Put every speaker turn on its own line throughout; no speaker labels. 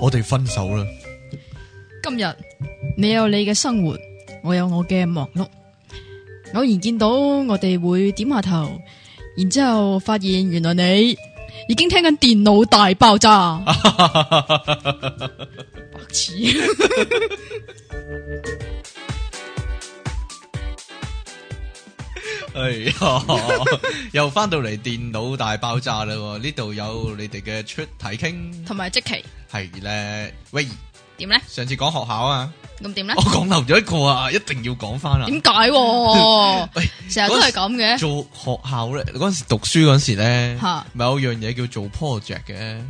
我哋分手啦，
今日你有你嘅生活，我有我嘅忙碌。偶然見到我哋會點下頭，然之後發現原來你已經聽緊電腦大爆炸。白痴！
哎呀， 又翻到嚟電腦大爆炸啦喎！呢度有你哋嘅出體傾，
同埋即期
係咧。喂，
點咧？
上次講學校啊，
咁點咧
我？講漏咗一個啊，一定要講翻啦。
點 解喎？
喂，
成日都係咁嘅，
做學校咧，嗰陣時讀書嗰陣時咧，
嚇
咪有樣嘢叫做 project 嘅，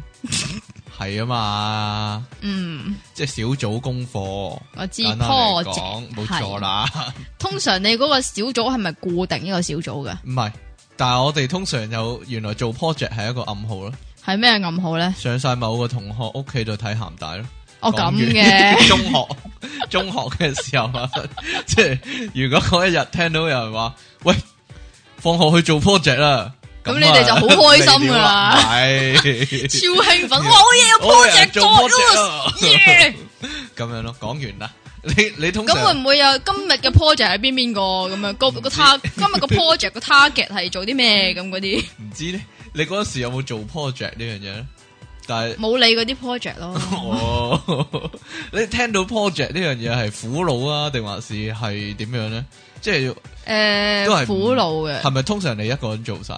係啊嘛，
嗯，
即係小組功課。
我知
簡單嚟
project
講，冇錯。啦，
係通常你嗰個小組係咪固定一個小組嘅？
唔係。但係我哋通常有原來做 project 係一個暗號咯，
係咩暗號咧？
上晒某個同學屋企度睇鹹帶咯。
哦
講完
咁嘅。
中學中學嘅時候啊，即係如果嗰一日聽到有人話，喂，放學去做 project 啦，
咁
啊
你哋就好開心 㗎啦
係
超 興奮！哇，我嘢有
我有人
project
做
做
project
耶！
咁樣咯。講完啦，你你通常
咁會啊唔 會有今日嘅 project 係邊邊個咁樣？個個 tar 今日個 project 個 target 係做啲咩咁嗰啲？
唔知咧？你嗰陣時有冇做 project 呢樣嘢咧？但 係
冇理嗰啲 project 咯，
哦， 你聽到 project 呢樣嘢係苦惱啊，定還是係點樣咧？即係
誒
都係唔
苦惱嘅
係。咪通常你一個人做晒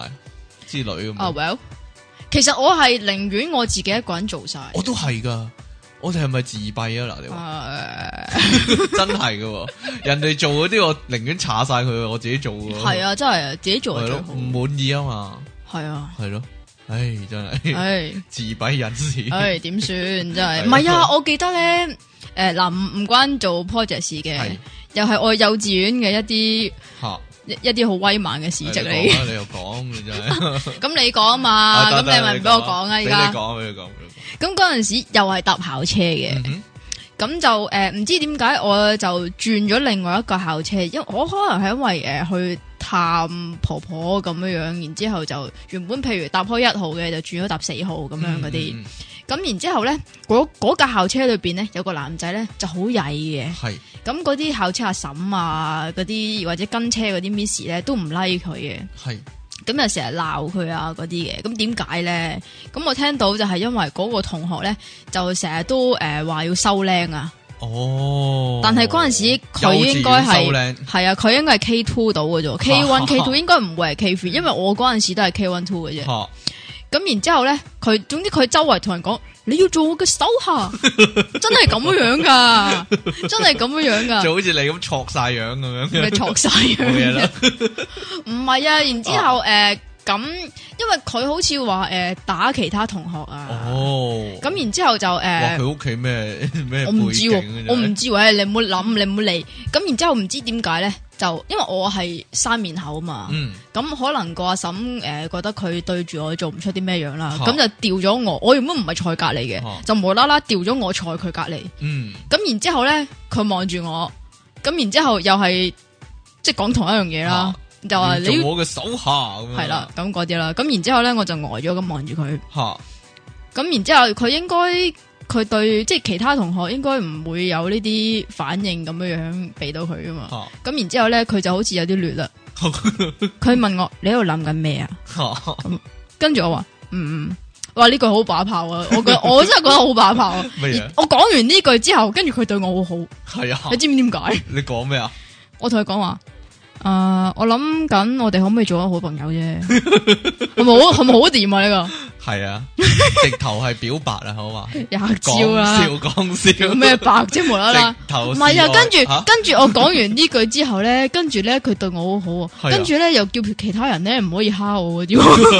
之類咁樣
啊？well，其實我係寧願我自己一個人做晒。
我都係噶，我哋係咪自閉啊？嗱，你 話
誒，
真係噶， 人哋做嗰啲我寧願查晒佢，我自己做喎。
係啊，真係啊，自己做
係
係最
咯，
好
唔。滿意啊嘛，
係啊，
係咯，唉，真係
唉。
自閉人士，
唉，點算真
係
係？唔係啊，我記得咧，誒嗱，唔唔關做 project 事嘅
係，
又係我幼稚園嘅一啲
吓，
一一啲好威猛嘅事
你
蹟
講
嚟。
啊，你又講，你真係，
咁你講 啊嘛，
得
咁你
得
咪唔俾我講啊？而
俾
家
你講，俾你講，
咁嗰陣時又係搭校車
俾你
嘅，
講嗯
咁就誒唔知點解我就轉咗另外一個校車，因為我可能係因為誒去探婆婆咁樣樣，然之後就原本譬如搭開一號嘅就轉咗搭四號咁樣
哼
嗰啲。
嗯嗯
咁然之後咧，嗰嗰架校車裏邊咧有個男仔咧就好曳嘅
嗯，係
咁嗰啲校車阿嬸啊，嗰啲或者跟車嗰啲 miss 咧都唔 like 佢嘅，
係
咁又成日鬧佢啊嗰啲嘅，咁點解咧？咁我聽到就係因為嗰個同學咧就成日都誒話、要收靚啊，
哦，
但係嗰陣時佢
幼稚園
應該
收
係。
靚
係啊，佢應該係 K two 到嘅啫，K one K two 應該唔會係 K three，因為我嗰陣時都係 K one two 嘅啫。
吓，
咁然之後咧，佢總之佢周圍同人講，你要做我嘅手 下，真係咁樣樣噶，真係咁樣 樣噶，
就好似你咁挫晒樣咁
咪
樣，
錯晒
冇嘢啦
樣。，唔係啊，然之後誒咁，因為佢好似話誒打其他同學啊，
哦，
咁然之後就
哇！
誒。
佢屋企咩 咩
我唔知喎
背景嘅，啫
我唔知喎，唉你唔好諗，你唔好理。咁然之後唔知點解咧，就因為我係生面口嘛，
嗯
咁可能個阿嬸誒覺得佢對住我做唔出啲咩樣啦，
嚇
咁就調咗我。我原本唔係坐佢隔離
嚇
嘅，就無啦啦調咗我坐佢隔離。
嗯
咁然之後咧，佢望住我，咁然之後又係即係講同一樣嘢啦，就話你
做
要
我嘅手下咁樣
係啦，咁嗰啲啦。咁然之後咧，我就呆咗咁望住佢。
吓
咁然之後佢應該佢對即係其他同學應該唔會有呢啲反應咁樣樣俾到佢噶嘛。
吓
咁然之後咧，佢就好似有啲亂 啦。佢問我：你喺度諗緊咩啊？
吓
跟住我話，嗯，嗯哇呢句好把炮啊！我覺 得我真係覺得好把炮啊！哦
乜嘢
而我講完呢句之後，跟住佢對我好好，
係啊
你？知唔知點解？
你講咩啊？
我同佢講話，誒、我諗緊我哋可唔可以做咗好朋友 啫？係咪好係咪好掂啊？呢、
係 啊，直頭係表白啊，好嘛？
個吔招
講
啦
笑，講
有
笑，
啊咩白啫無啦啦。
直頭
唔
示愛
係啊，跟住
嚇
跟住我講完呢句之後咧，跟住咧佢對我好 好
係啊
啊，跟住咧又叫其他人咧唔可以蝦我嗰 啲喎，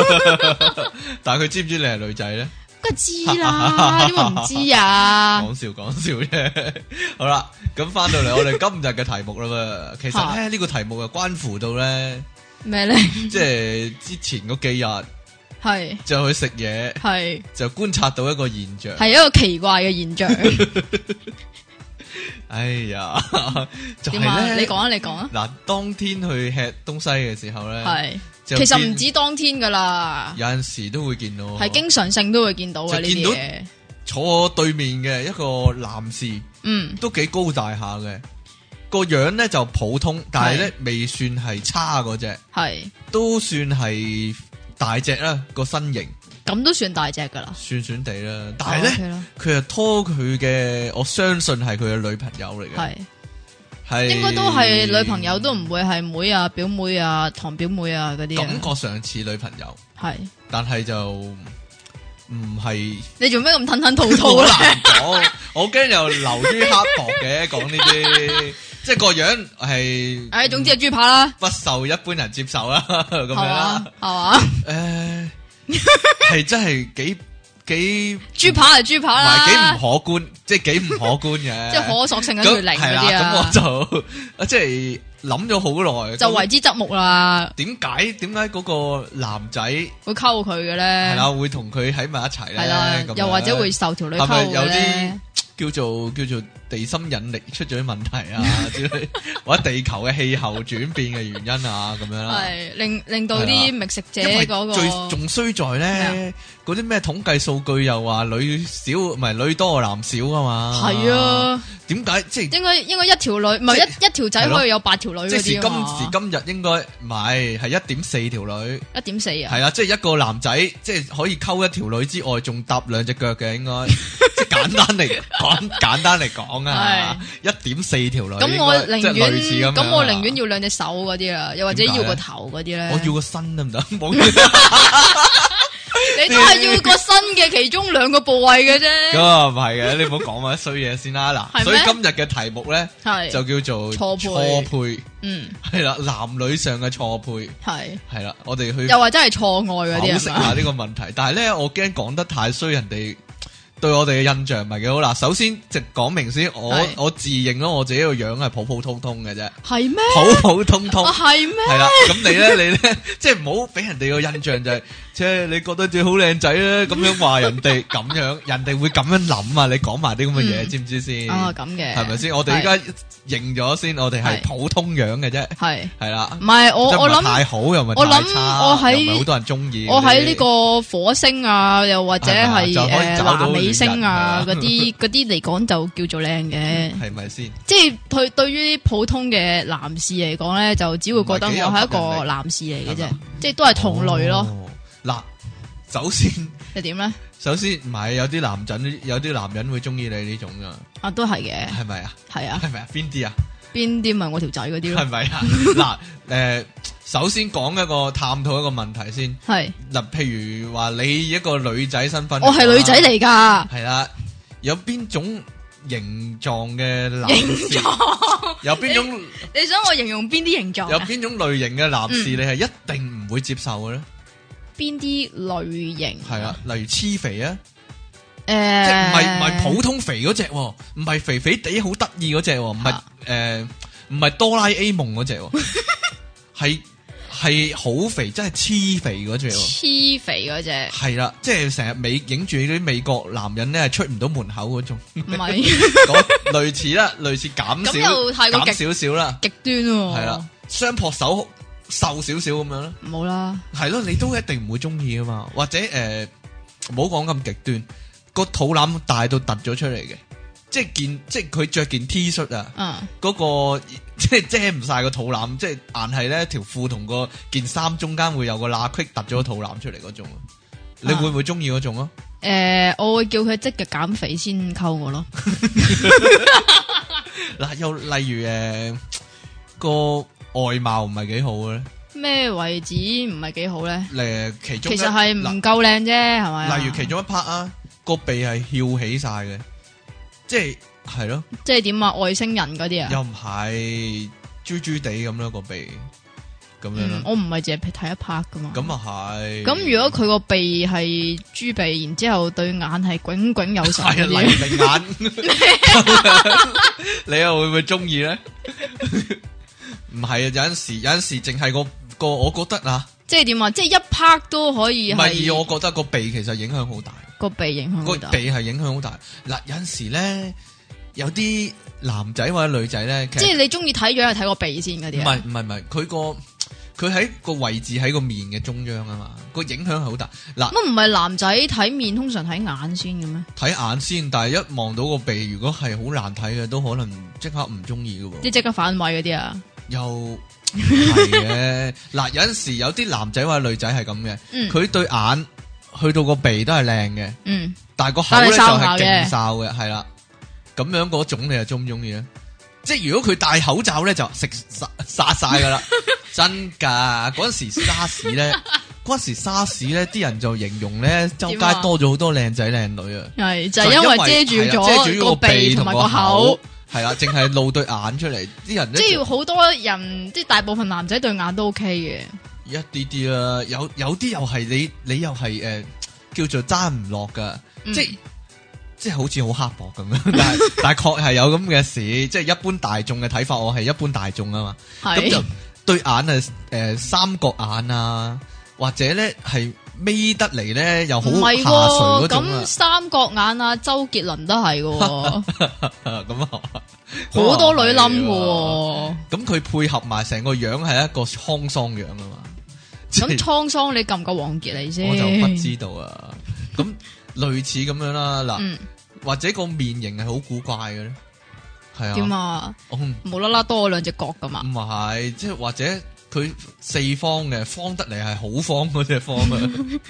啊
但係佢知唔知你係女仔咧？
梗係知啊 啦，點會唔知啊？
講笑講笑啫。 好啦，咁翻到嚟我哋今日嘅題目啦噃。其實
嚇
咧呢個題目又關乎到咧，
咩咧？
即係之前嗰幾日
係
就去食嘢，
係。
就觀察到一個現象。
系一個奇怪嘅現 象，
哎 呀，就係
點啊？
咧，
你講啊，你講啊，
嗱，當天去吃東西嘅時候咧，
係
就
其實
見
唔止當天噶啦，
有陣時都會見到，
係經常性都會見到嘅啊
就
呢
見
啲
到
嘢，
坐我對面嘅一個男士，
嗯，
都幾高大下嘅，個樣咧就普通，但係咧未算係差嗰只，
系
都算係大隻啦，個身形
咁都算大只噶啦。哦
算算地啦，但係咧
係咯，
佢又拖佢嘅，我相信係佢嘅女朋友嚟嘅，
系
係
应该都系女朋友，都唔会系妹啊、表妹啊、堂表妹啊嗰
感
啲
覺上似女朋友，
啊。系
但係就唔係。
你做咩咁吞吞吐吐
好
啊啦？
难讲，我惊又流于刻薄嘅，讲呢 啲，即系个样系，
唉，总之系猪扒啦，
不受一般人接受啦，咁
系
样
嘛
啦，
系嘛，
诶， 系真系几几
猪扒系猪扒
唔系几唔
啦，
可观，即系几唔可观嘅，
即系可塑性喺
咁
佢零
係
嗰
啦
啲啊，
咁我就 即系谂咗好耐，
就
咁
为之侧目啦，
点解点解嗰个男仔系
会沟佢嘅咧，
啦会同佢喺埋一齐咧？
系啦
咁，樣啊
又或者会受条女沟
係咪有
嘅咧
啲，叫做叫做地心引力出咗啲問題 啊之類，或者地球嘅氣候轉變嘅原因啊咁樣啦。
系令令到
係
啲覓食者
因為
嗰
最
个
仲衰在
咩啊
咧，嗰啲咩統計數據又話女少唔係女多男少啊嘛。
系，啊，
點解即係
应该应该一条女唔系一一条仔
係咯
可以有八条女
即
嗰
時今
啲
時
啊嘛，
今日應該唔係係一點四條女，
一点四啊，
係啦，即係一個男仔即係可以溝一條女之外，仲搭兩隻腳嘅應 該，即係簡單嚟講，簡單嚟講啊，一點四條哎女應該。
咁我
即係
寧
類似
願
樣
咁我
啊
寧願要兩隻手嗰啲啦，又或者
點解
要
咧
個頭嗰啲咧。
我要個身 得唔得？冇嘢
你都係 要個身嘅其中兩個部位嘅
咁
啫，
啊，唔係嘅，你唔好講埋啲衰嘢先啦。嗱，
係
所以
咩
今日嘅題目咧
係
就叫做
錯配
錯
嗯
配，係啦，男女上嘅錯配，
係，
係啦，我哋去
又或者係錯愛嗰
剖
啲
析
係嘛？
下呢個問題。但係咧，我驚講得太衰，人哋對我哋嘅印象唔係幾好。嗱，首先直講明先，我
係
我自認咯，我自己個樣係普普通通嘅啫，
係咩？
普普通通
啊。係咩？
系啦，咁你咧，你咧， 即系唔好俾人哋個印象就係，即係你覺得自己好靚仔咧，咁樣話人哋咁樣，人哋會咁樣諗啊！你講埋啲咁嘅嘢，
嗯
知唔知先？
啊咁嘅
係咪先？我哋而家認咗先，我哋係
係
普通樣嘅啫，
係
係啦
唔。係我
即係唔係
我諗
太好又唔係
我諗
太差
我喺
又唔係好多人中意。
我喺呢個火星啊，又或者
係嘛
係
就可以
誒
找到
南美星啊
戀
嗰
人
啲嗰啲嚟講就叫做靚嘅，
係咪先？
即係對對於普通嘅男士嚟講咧，就只會覺得
唔係幾有
我係一
吸引
個
力
男士嚟嘅
係
啫
嘛，
即係都係啊同類咯。
哦。嗱，首先
你點咧？
首先唔係有啲男仔，有啲男人會中意你呢種噶，
啊，都係嘅，
係咪啊？
係啊，
係咪啊？邊啲啊？
邊啲咪我條仔嗰啲
系
咯，
咪啊？嗱，诶，首先講一個探討一個問題先。
係
嗱，譬如話你以一個女仔身份，
我係女仔，嚟㗎，
系啦，有邊種形狀嘅男
形
士，
狀，啊
有邊種
你想我形容邊啲形狀
有
啊？
邊種類型嘅男士，你
嗯
係一定唔會接受嘅咧？
邊啲類型？
係啊，，例如黐肥啊，即係唔
誒，
係唔係普通肥嗰只，唔係肥肥地好得意嗰只，唔係
嚇
诶唔係哆啦 A 夢嗰只， 係係好肥，真係黐肥嗰只。
黐肥 嗰只，
系啦，即系成日美影住啲美國男人咧，出唔到門口嗰種，
唔係
嗰 類似啦，類似減
咁
少
又太過
減
極哦
少少啦，
極端喎，
係啦，，雙膊手瘦少少咁樣啦，
冇啦，
係咯，你都一定唔會中意噶啊嘛，或者诶，誒唔好講咁極端，個肚腩大到突咗出嚟嘅，即係件即係佢着件 T 恤啊，
嗯，
嗰、個 即係遮唔晒個肚腩，即係硬係咧條褲同個件衫中間會有個罅隙突咗個肚腩出嚟嗰種啊，你
啊
會唔會中意嗰種啊？
誒，我會叫佢積極減肥先溝我咯，
嗱，又例如诶個外貌唔係幾好啊嘅
咩位置唔係幾好咧？
咧，诶呃其中
其
一
實係唔夠靚啫，係咪啊
嗱例如其中一 part 啊，個鼻係翹起晒嘅，即係係咯，
即係點啊？外星人嗰啲啊？
又唔係豬豬地咁咯個鼻，咁樣
嗯
咯，
我唔係淨係睇一 part 噶嘛。
咁啊係。
咁如果佢個鼻係豬鼻，然之后对眼係炯炯有 神
係
嗰
啊，
啲，
黎明 眼，你又會唔會中意咧？唔係啊，有陣時有陣時淨係個個，我覺得啊，
即係點啊？即係一拍都可
唔
以
係以我
係
覺得個鼻其實影響好大。
個鼻影響
個
好大。
鼻係影響好大。嗱，有陣時咧，有啲男仔或者女仔咧，其
即
實
係你中意睇樣係睇個鼻先嗰
唔
啲啊？
係唔係唔係，佢個佢喺個位置喺個面嘅中央啊嘛，個影響係好大。嗱，
乜唔係男仔睇面，通常睇眼先嘅咩？
睇眼先，但係一望到個鼻，如果係好難睇嘅，都可能即刻唔中意嘅喎。
即係即刻反胃嗰啲啊？
又係嘅，嗱有陣時有啲男仔或者女仔係咁嘅，
嗯
佢、對眼去到個鼻都係靚嘅，
嗯，
但係個口咧就
但係哨牙
係
嘅
勁哨嘅，係啦，咁樣嗰種你又中唔中意咧？即係如果佢戴口罩咧，就食 殺殺晒 噶啦，真噶！嗰陣時沙士咧，嗰陣時沙士咧，啲人就形容咧，周街
點啊
多咗好多靚仔靚女啊！
係就係因為遮住
係啦啊
咗個鼻同埋個口，，
係啦，淨係露對眼出嚟，啲人咧
即係好多人，即係大部分男仔對眼都 OK 嘅。
一啲啲啦，有有啲又係你你又係誒、呃叫做揸唔落噶，
嗯
即係即係好似好刻薄咁樣， 但係但係確係有咁嘅事，即係一般大眾嘅睇法，我係一般大眾啊嘛，咁就
係
對眼啊誒、呃三角眼啊，或者咧係眯得嚟咧又好
唔
下垂
係
嗰
喎？
種
咁三角眼啊，周杰倫都係嘅 喎，
啊，咁啊
好多女冧嘅
係啊喎
喎。
咁佢配合埋成個樣係一個滄桑樣啊嘛，即係
咁滄桑你撳個王傑嚟先，
我就不知道啊。咁類似咁樣啦，嗱，
嗯
或者個面型係好古怪嘅咧，係啊，
點啊？
我唔
無啦啦多兩隻角噶嘛
唔？係，即係或者佢四方嘅，方得嚟係好方嗰只方啊，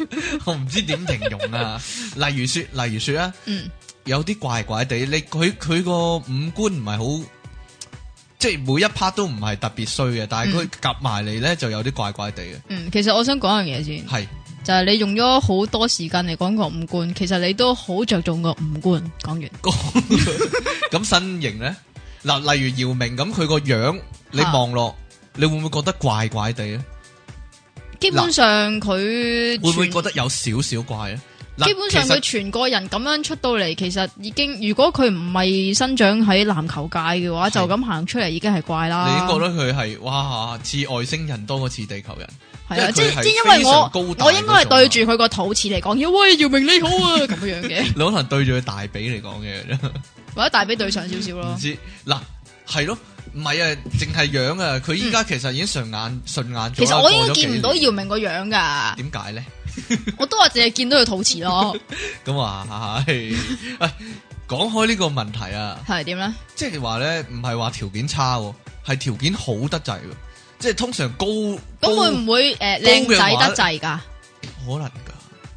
我唔知點形容啊。例如說，例如說啊，
嗯，
有啲怪怪地，你佢佢個五官唔係好。即係每一 part 都唔係特別衰嘅，但係佢夾埋嚟咧就有啲怪怪地嘅，
嗯，其實我想講樣嘢先，
係
就係你用咗好多時間嚟講個五官，其實你都好着重個五官。講完，
咁身形咧，嗱，例如姚明咁，佢個樣你望落，你會唔會覺得怪怪地咧？
基本上佢
會唔會
全
覺得有少少怪咧？嗱
基本上
其
佢
實
全個人咁樣出到嚟，其實已經如果佢唔係生長喺籃球界嘅話，
係
就咁行出嚟已經係怪啦。
你已經覺得佢係哇似外星人多過似地 球人，
係啊，
因為佢
即
係
即因為
非
我
常高大
我應該係
嗰
對
種
住佢個肚臍嚟講嘢，喂姚明你好啊咁樣樣 嘅，
你可能對住佢大髀嚟講嘅，
或者大髀對上少少咯
唔。知嗱係咯，唔係啊，淨係樣啊，佢依家其實已經順眼順眼咗啦。
其實我應
過
該
咗幾
見唔到
年
姚明個樣噶，
點解咧？
我都話淨係見到佢肚 臍咯，
咁啊係，喂，講開呢個問題啊。
係點咧？
即係話咧，唔係話條件差喎，係條件好得滯喎。即係通常高
咁
高
會唔會誒
高嘅
靚仔
話
得滯㗎？
可能噶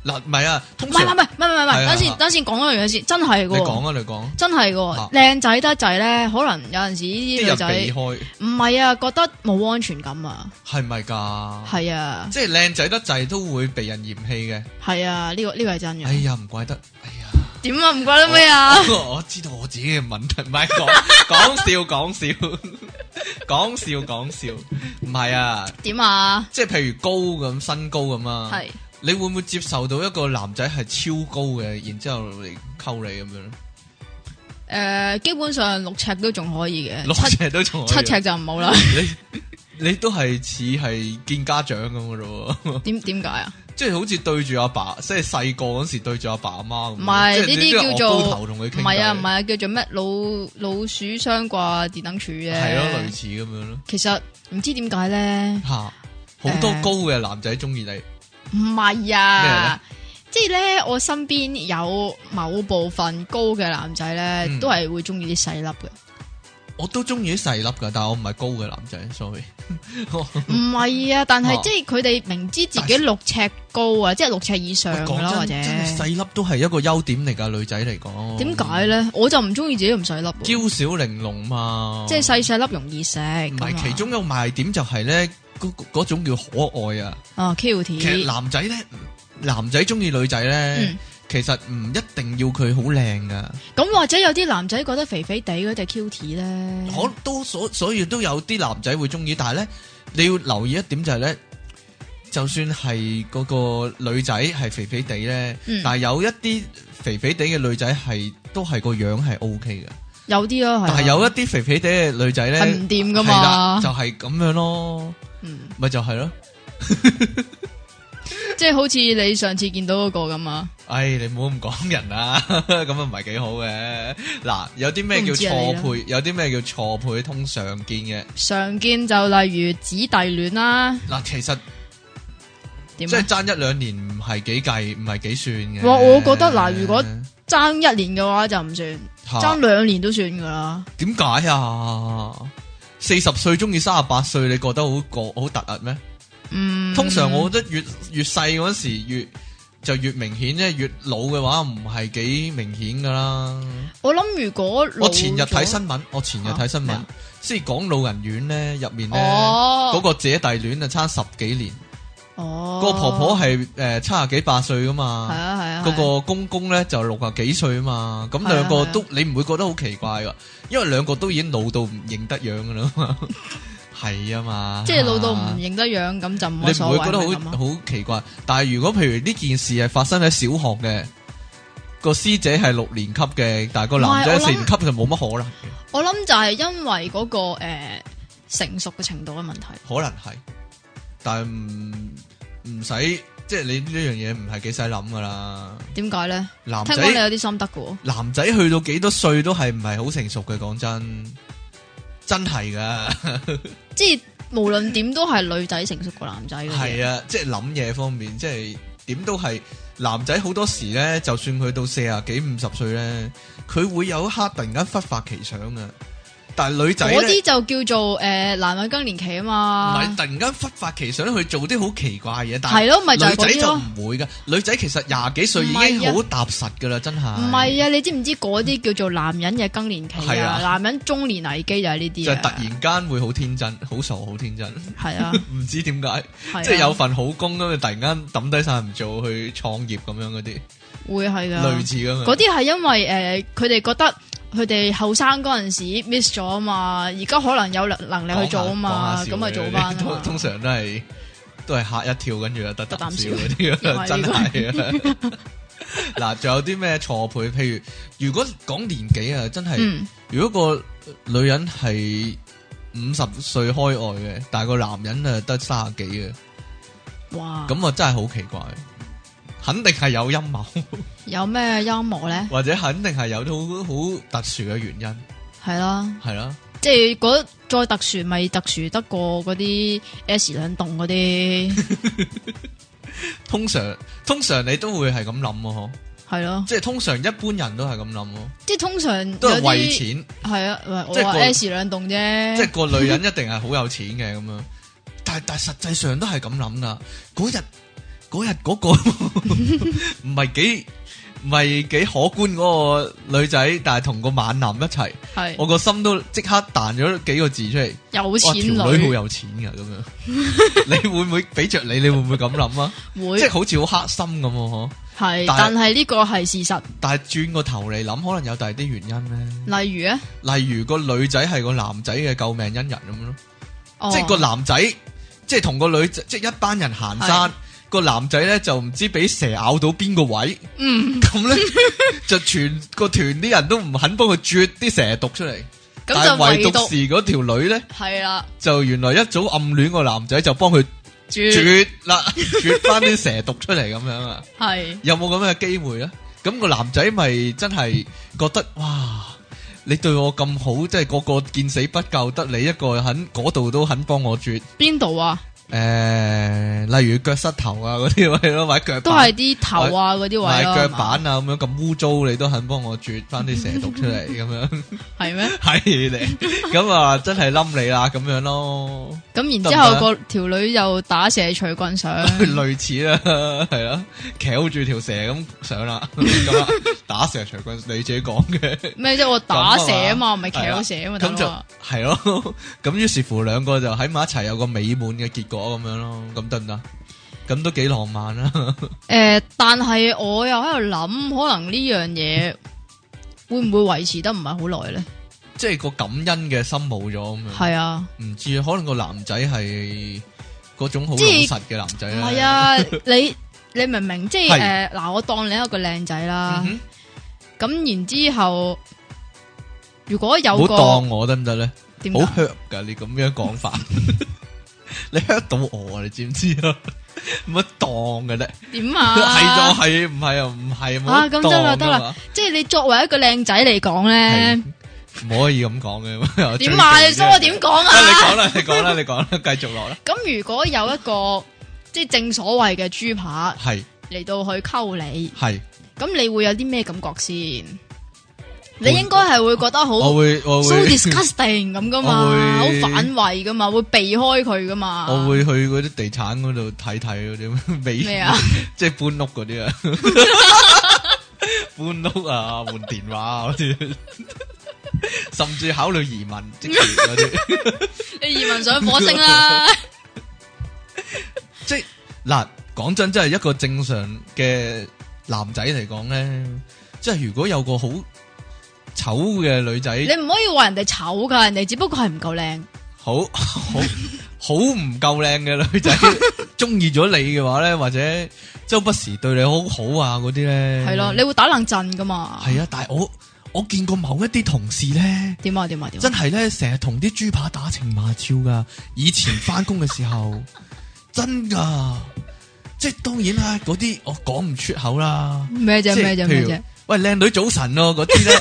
嗱，唔係啊，
唔
通
係唔係
常
唔係唔係唔
係
係，
啊
等
係啊
先等先講一樣嘢先，真係
你
嘅喎，
講啊，你講
真係嘅
啊
喎，靚仔得滯咧，可能有陣時
啲
啲女
人避
仔
開
唔係啊，覺得冇安全感啊，
係咪㗎？
係啊
即係靚仔得滯都會被人嫌棄嘅。
係啊，呢個呢個係真
哎
嘅。
呀，唔怪得，哎呀，
點啊？唔怪得咩啊？
我知道我自己嘅問題，唔係講 講笑講笑講笑 講笑，唔係啊，
點啊？
即係譬如高咁身高咁啊，
係
你會唔會接受到一個男仔係超高嘅，然之後嚟溝你咁樣咧？
誒，基本上六尺都仲可以
六
嘅，呃七
尺都仲可以啊嗯
七尺就唔好啦。
你都係似係見家長咁嘅咯喎，
點點解啊？
即係好似對住阿爸，即係細個嗰時對住阿爸阿媽咁。
唔係
嗯即係
呢
你都係
啲叫做
我高頭同佢傾
唔
偈
係啊，唔係啊，叫做咩老老鼠雙掛電燈柱嘅。
係咯，類似咁樣咯
其實唔知點解咧，
吓，好多高嘅男仔中意你，
唔係啊，即係咧，我身邊有某部分高嘅男仔咧，
嗯
都係會中意啲細粒嘅。
我都中意啲細粒㗎，但係我唔係高嘅男仔，sorry。
唔係啊，但係
哦
即係佢哋明知自己六尺高啊，即係六尺以上
喂
噶啦，
講
或者
真，真係
點
細粒都係一個優點嚟㗎，女仔嚟講。
解？咧？我就唔中意自己咁細粒喎，
嬌小玲瓏嘛，
即係細細粒容易食。啊
唔
唔
係其中一個賣點就係咧，嗰嗰種叫可愛啊。
啊
其實
，cute，
男仔咧，男仔中意女仔咧，
嗯
其實唔一定要佢好靚噶，
咁或者有啲男仔覺得肥肥地嗰啲係 cute 咧，
可都所所以都有啲男仔會中意，但係咧你要留意一點就係咧，就算係嗰個女仔係肥肥地咧，
嗯
但係有一啲肥肥地嘅女仔係都係個樣係 O K 嘅，
有啲咯，係啊
但係有一啲肥肥地嘅女仔咧
係唔掂㗎嘛
係啦就係咁樣咯，
嗯
咪就係咯，
即系好似你上次见到嗰個咁啊，
唉，你唔好咁講人啦，咁啊 唔係幾好嘅。嗱，有啲咩叫錯
都啊
配？有啲咩叫錯配？通常見嘅
常見就例如姊弟戀啦，
嗱，其實
點
即
啊
係爭一兩年唔係幾計，唔係幾算嘅。
哇我覺得嗱如果爭一年嘅話就唔算，
嚇
爭兩年都算噶啦。
點解啊？四十歲中意三十八歲，你覺得好過好突兀咩？
嗯，
通常我覺得越越細嗰時越就越明顯啫，越老嘅話唔係幾明顯噶啦。
我諗如果
我前日睇
新
新聞，我前日睇新
啊咩
聞
啊，
先講老人院咧入面咧，
哦
嗰個姐弟戀啊差十幾年，
哦
嗰個婆婆係誒七廿幾八歲噶
係
嘛，
啊係啊，
嗰個公公咧就六廿幾歲啊嘛，咁
係啊
兩個
係啊
都你唔會覺得好奇怪噶，因為兩個都已經老到唔認得樣噶啦嘛， 係啊嘛，
即係老到唔認得樣咁就
你
冇乜
唔
所
會
謂
覺得
咪咁
好
啊
好奇怪？但係如果譬如呢件事係發生喺小學嘅，個師姐係六年級嘅，但係個男仔
唔係我
四
諗
年級就冇乜可能嘅，
我諗就係因為嗰個诶成熟嘅程度嘅問題，
可能係，但係唔唔使，即係你呢樣嘢唔係幾使諗噶啦。
點解咧？
男
聽講你
仔
有啲心得嘅喎。
男仔去到幾多歲都係唔係好成熟嘅，講真，真係噶，
即係無論點都係女仔成熟過男仔嘅。
係啊，即係諗嘢方面，即係點都係男仔好多時咧，就算佢到四啊幾五十歲咧，佢會有一刻突然間忽發奇想啊。但係女仔
嗰
咧，
啲就叫做诶男人更年期啊
唔係
嘛
突，然間忽發奇想去做啲好奇怪嘢，但係
係咯，咪就係
女
嗰
仔
啲
就
咯。
唔會噶，女仔其實廿幾歲已
唔
經
係啊
好踏實噶啦，真係。
唔係啊，你知唔知嗰啲叫做男人嘅更年期
係啊
啊？男人中年危機就係呢啲
就
啊。
係突然間會好天真，好傻，好天真，
係啊，
唔知點解，
係啊
即係有份好工咁，你突然間抌低晒唔做去創業咁樣嗰啲，
會係㗎。
類似咁
嗰
樣。
啲係因為诶佢哋覺得。佢哋後生嗰陣時 miss 咗啊嘛，而家可能有能能力去做啊嘛，
哦講下
咁咪做翻啊
通
嘛
通常 都係都係嚇一跳，跟住又得啖
得啖
笑
笑
嗰 啲啊，
又係
真
呢
係啊。嗱，仲有啲咩錯配？譬如如果講年紀啊，真係。
嗯，
如果個女人係五十歲開外嘅，但係個男人啊得卅幾嘅，
哇！
咁啊真係好奇怪，肯定係有陰謀，
有咩幽默咧？
或者肯定係有啲好好特殊嘅原因，
係啦。
係啦，
即系嗰再特殊咪特殊得過嗰啲 S 兩棟 嗰啲，
通常通常你都會係咁諗嘅嗬，
係咯，
即係通常一般人都係咁諗咯，
即系通常
都
有
係為
啲
錢，
係啊，喂
即係
我
個
話 S 兩棟啫，
即係個女人一定係好有錢嘅咁樣，但係但係實際上都係咁諗噶，嗰日嗰日嗰個 唔係幾。唔係幾可觀嗰個女仔，但係同個猛男一齊，
係
我個心都即刻彈咗幾個字出嚟。
有
哇，
錢
條女好
女
有錢㗎咁 樣，你會唔會俾着你？你會唔會咁諗啊？即
會
係好似好黑心咁喎，嗬！
係，
但
但係呢個係事實。
但係轉個頭嚟諗，可能有第二啲原因
例如咧，
咧，例如個女仔係個男仔嘅救命恩人咁樣咯。
哦
即係個男仔，即係同個女仔，即係一班人行山
係，
個男仔咧就唔知俾蛇咬到邊個位，
嗯，
咁咧 就全個團啲人都唔肯幫佢啜啲蛇毒出嚟，但
咁就
係
唯
唯獨
獨
是嗰條女咧，
係啦，
就原來一早暗戀個男仔，就幫佢
絕
啜啦，啜翻啲蛇毒出嚟咁樣啊，
係
有冇咁嘅機會咧？咁個男仔咪真係覺得哇！你對我咁好，即係個個見死不救，得你一個肯嗰度都肯幫我啜。
邊度啊？
诶、呃例如腳膝頭啊嗰啲位咯，或者腳板
都係啲頭啊嗰啲
或者
位咯，
腳板啊咁樣咁污糟，你都肯幫我啜翻啲蛇毒出嚟咁 樣，
係咩？
係你咁啊，真係冧你啦咁樣咯，
咁
得唔
然之後
得
個條女又打蛇隨棍上，
類似啦，係啦，翹住條蛇咁上啦，咁啊打蛇隨棍，你自己講嘅，
咩啫？我 打蛇啊嘛，唔係
係啦
翹蛇啊嘛，大
咁就
佬啊
係咯，咁於是乎兩個就喺埋一齊有個美滿嘅結果咁樣咯，咁得唔得？咁都幾浪漫啊啦，
诶、但系我又喺度谂，可能呢样嘢会唔会维持得唔系好耐咧？
即係個感恩嘅心冇咗咁樣。
系啊，
唔知啊，可能個男仔係嗰種好老
即係
實嘅男仔咧。
系，啊，你你明唔明？即系
係
诶，誒嗱、我当你一个靓仔啦，
嗯
咁、然之后，如果
哼唔
有
好
个
當我得唔得咧？
点
好
解
hurt 噶，你咁樣講法，你 hurt 到我啊！你知唔知啊？ 乜当嘅咧？
点
系
啊？
就系，唔系啊唔系冇
啊咁得
當㗎
啦得啦
嘛，
即系你作为一个靓仔嚟讲咧，
係唔可以咁讲 嘅。
点啊？你所以我点 讲
啊？你
啊？
讲啦，你讲啦，你讲啦，继续落 啦。
咁如果有一个即系正所谓嘅猪扒
系
嚟到去沟你，
系，
咁你会有啲咩感觉先？你应该系会觉得好
我会我
so
会
disgusting 咁噶嘛，
我
好
會
反胃噶嘛，会避开佢噶嘛。
我会去嗰啲地产嗰度睇睇嗰啲美
咩啊？
即系搬屋嗰啲啊，啊 搬屋啊，换电话啊嗰啲，甚至考慮移民即時嗰啲。
你移民上火 星啦，
即係嗱，講真，真係一個正常嘅男仔嚟講咧，即係如果有個好醜嘅女
你
仔，
唔可以话人哋丑噶，人哋只不过系唔够靓。
好好好唔夠靚嘅 女仔，中意咗你嘅話咧，或者周不時對你好好啊嗰啲咧，
系咯，你会打冷震噶嘛？
係啊，但係我我見過某一啲同事咧。
点啊点啊点啊！
真係咧，成日同啲豬扒打情罵俏噶。以前翻工嘅時 候，真噶，即系當然啦，嗰啲我講唔出口啦。
咩
即
啫
係
咩啫
譬
咩
如
啫？
喂，靚女早晨咯，嗰啲 咧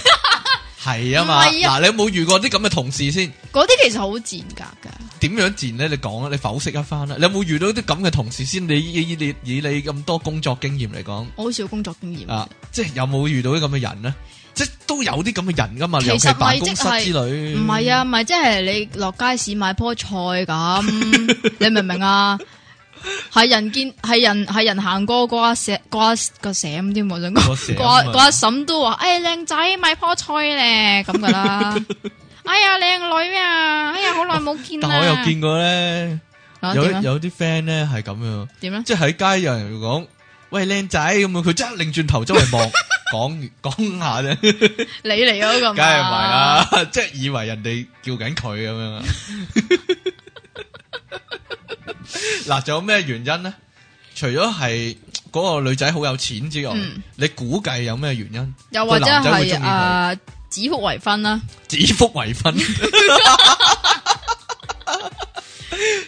係啊嘛。
唔係啊
嗱，你有冇遇過啲咁嘅同事先？
嗰啲其實好賤格噶，
點樣賤咧？你講啦，你剖析一番啦。你有冇遇到啲咁嘅同事先？你以以你以你咁多工作經驗嚟講
我好少有工作經驗。
啊，即係有冇遇到啲咁嘅人咧？即係都有啲咁嘅人噶嘛，
其實
尤其辦公
咪即
室
係
之類。
唔係
嗯
啊，咪即係你落街市買棵菜咁， 你明唔明啊？係人見係人係人行過個阿舍個阿個閃添，我想講
個閃
個阿
啊
個阿嬸都話：，哎靚仔買棵菜咧咁噶啦。 哎呀靚女啊！哎呀好耐冇見啦。
但我又見過咧。
啊
有
點啊
有啲 friend 咧係咁樣，
點啊咧？
即係喺街有人講喂靚仔咁樣，佢即刻擰轉頭周圍 望，講講下啫，
你嚟嗰啊個嘛
梗係唔係？啦， 即係以為人哋叫緊佢咁樣啊。 嗱，仲有咩原因咧？除咗係嗰個女仔好有錢之外，
嗯
你估計有咩原因？
又或者
個男仔會鍾
係
意佢
啊指腹為婚啦，
指腹為婚，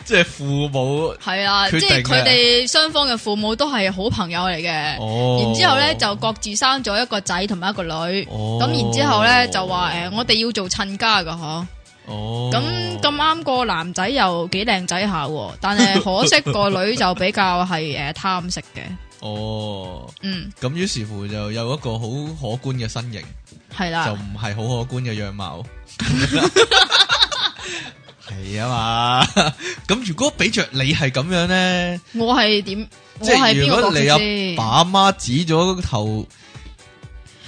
即係父母
係啊，
決
即
定
係佢
嘅
哋雙方嘅父母都係好朋友嚟嘅。
哦。
然之後咧就各自生咗一個仔同埋一個女，咁、
哦
然之後咧就話誒、我哋要做親家噶嗬，
哦，
咁咁啊啱個男仔又幾靚仔下喎，但係可惜個女就比較係誒貪食嘅，
哦。
嗯，
咁於是乎就有一個好可觀嘅身形，
係
就
啦，
唔係好可觀嘅樣貌。係啊嘛，咁如果俾着你係咁樣咧，
我係點？我
即
係
係
邊
如
個角
果
色
你
先
阿？爸阿媽指咗個頭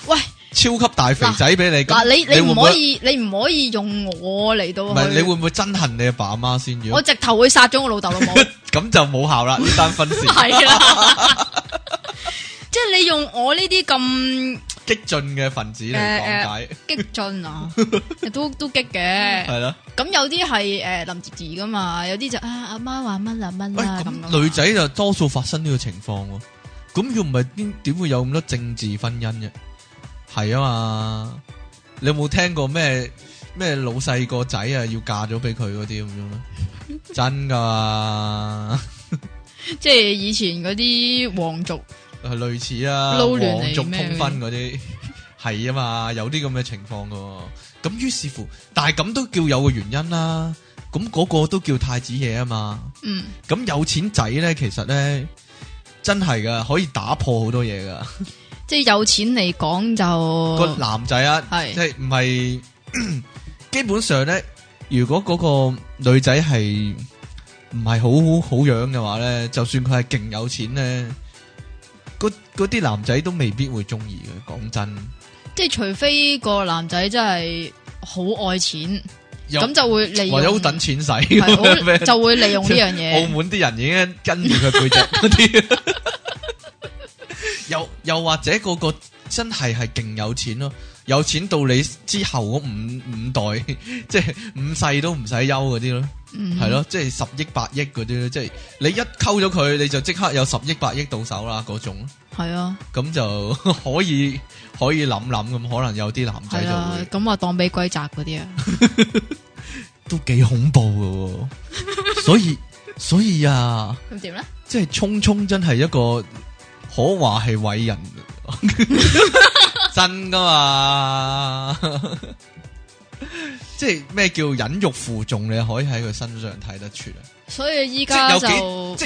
喂，
超級大肥仔俾你，
嗱，
咁
你
會
你唔
會
可以，你唔可以用我嚟
唔係
到
你
去，
會唔會憎恨你阿爸阿媽先？如
我
果
直頭會殺咗我老豆 老母。
咁就冇效啦，呢單婚事
係啦，即係你用我呢啲咁
激進嘅分子嚟講
誒誒
解，
激 進啊，都都激嘅。
係啦。
咁有啲係诶林芝芝噶嘛，有啲就啊阿媽話乜啦乜
喂，
啦
咁
咁㗎嘛
女仔就多數發生呢個情況喎。咁要唔係邊點會有咁多政治婚姻啫？係啊嘛，你有冇聽過咩咩老細個仔啊要嫁咗俾佢嗰啲咁樣咧？ 真噶嘛，
即係以前嗰啲皇族，
係 類似啊，
撈亂
皇
嚟
族
咩
通婚嗰啲係啊嘛，有啲咁嘅情況噶。咁於是乎，但係咁都叫有個原因啦。咁嗰個都叫太子爺啊嘛。
嗯，
咁有錢仔咧，其實咧真係噶，可以打破好多嘢噶。
即係有錢嚟講
個
就
男仔啊，
哦係
即係唔係 基本上咧，如果嗰個女仔係唔係好好樣嘅話咧，就算佢係勁有錢咧，嗰嗰啲男仔都未必會中意嘅。講真，
即係除非個男仔真係好愛錢，
又
咁就會利用
或者好等錢使，
係好
咩
就會利用呢樣
澳
嘢，
門啲人已經跟住佢 背脊嗰啲，又又或者個個真係係勁有錢咯，有錢到你之後嗰五五代，即係五世都唔使憂嗰啲咯，
嗯
係，咯、即係十億八億嗰啲咯，即係你一溝咗佢，你就即刻有十億八億到手啦嗰種，
係啊，
咁就 可以可以諗諗咁，可能有啲男仔
係
就
啊
會，
咁啊當俾鬼宅嗰啲啊，
都幾恐怖噶，所以所以啊，
咁点咧？
即系聰聰真係一個可話係偉人， 真噶嘛？即係咩叫忍辱負重？你可以喺佢身上睇得出啊！
所以依
即係
家
有
就
幾，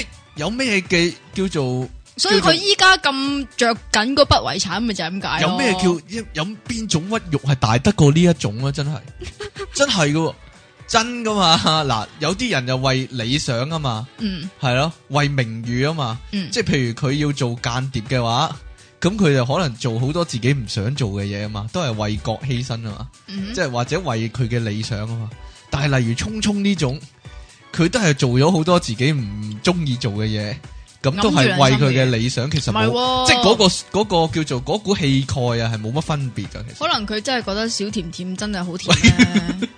即係有咩嘅叫做
所
叫
以
做
佢依家咁着緊嗰筆遺產，咪就係咁解咯
有咩叫一有邊種屈辱係大得過呢一種啊？真係真係噶喎，真噶嘛？嗱，有啲人就為理想啊嘛。
嗯
系咯，为名誉啊嘛，
嗯
即系譬如佢要做间谍嘅话，咁佢就可能做好多自己唔想做嘅嘢啊嘛，都系为国牺牲啊嘛，
嗯
即系或者为佢嘅理想啊嘛。但系例如聰聰呢种，佢都系做咗好多自己唔中意做嘅嘢，咁都系为佢嘅理想，其实
唔係
冇，
喎
即系嗰、個个、嗰个叫做嗰股气概啊，系冇乜分别噶。其
可
实
能佢真係覺得小甜甜真係好甜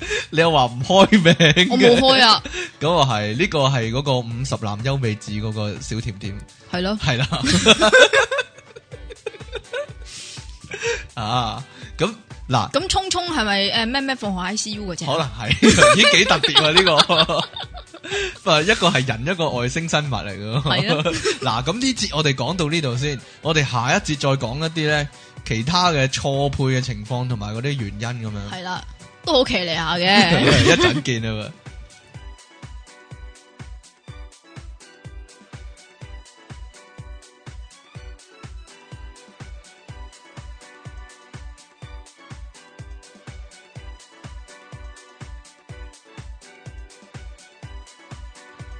咧，
你又话唔开名嘅，
我冇開啊，
咁啊系呢个系嗰个五十男优美子嗰个小甜甜。
係咯，
系啦。啊，咁嗱，
咁聰聰係咪诶咩咩放學 ICU 嘅
可
啫？
能 系已經幾特別啊呢個。不過一個係人，一個外星生物嚟嘅。
係啊
嗱，咁呢節我哋講到呢度先，我哋下一節再講一啲咧其他嘅錯配嘅情況同埋嗰啲原因咁樣。
係啊啦，都好騎呢下 嘅，
一陣見啊嘛。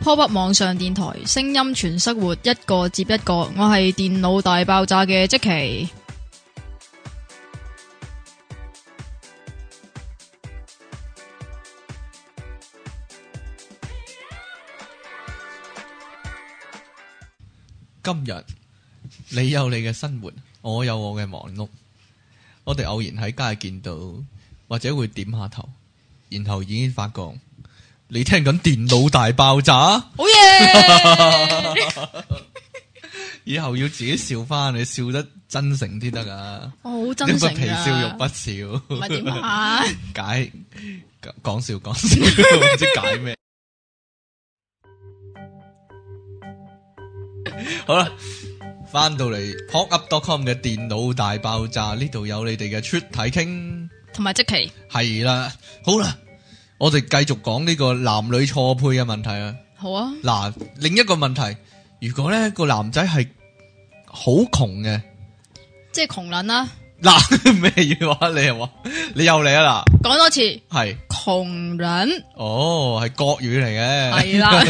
坡北網上電台聲音全生活，一個接一個，我係電腦大爆炸嘅即期。
今日你有你嘅生活，我有我嘅忙碌。我哋偶然喺街見到，或者會點下頭，然後已經發覺你聽緊電腦大爆炸，
好 嘢！
以後要自己笑翻，你笑得真誠啲得噶，
我好真
你不
誠
皮笑肉
噶，
不笑。
唔係點啊？
解講笑講 笑，唔知解咩。好啦，翻到嚟 pokup.com 嘅電腦大爆炸呢度有你哋嘅出體傾，
同埋即期
係啦，好啦，我哋繼續講呢個男女錯配嘅問題啊。
好啊，
嗱，另一個問題，如果呢個男仔係好窮嘅，
即係窮撚啦。
嗱咩嘢話你又話你又嚟啊
講多次，
嗱，係。
窮人
哦，系國語嚟嘅，
係 啦，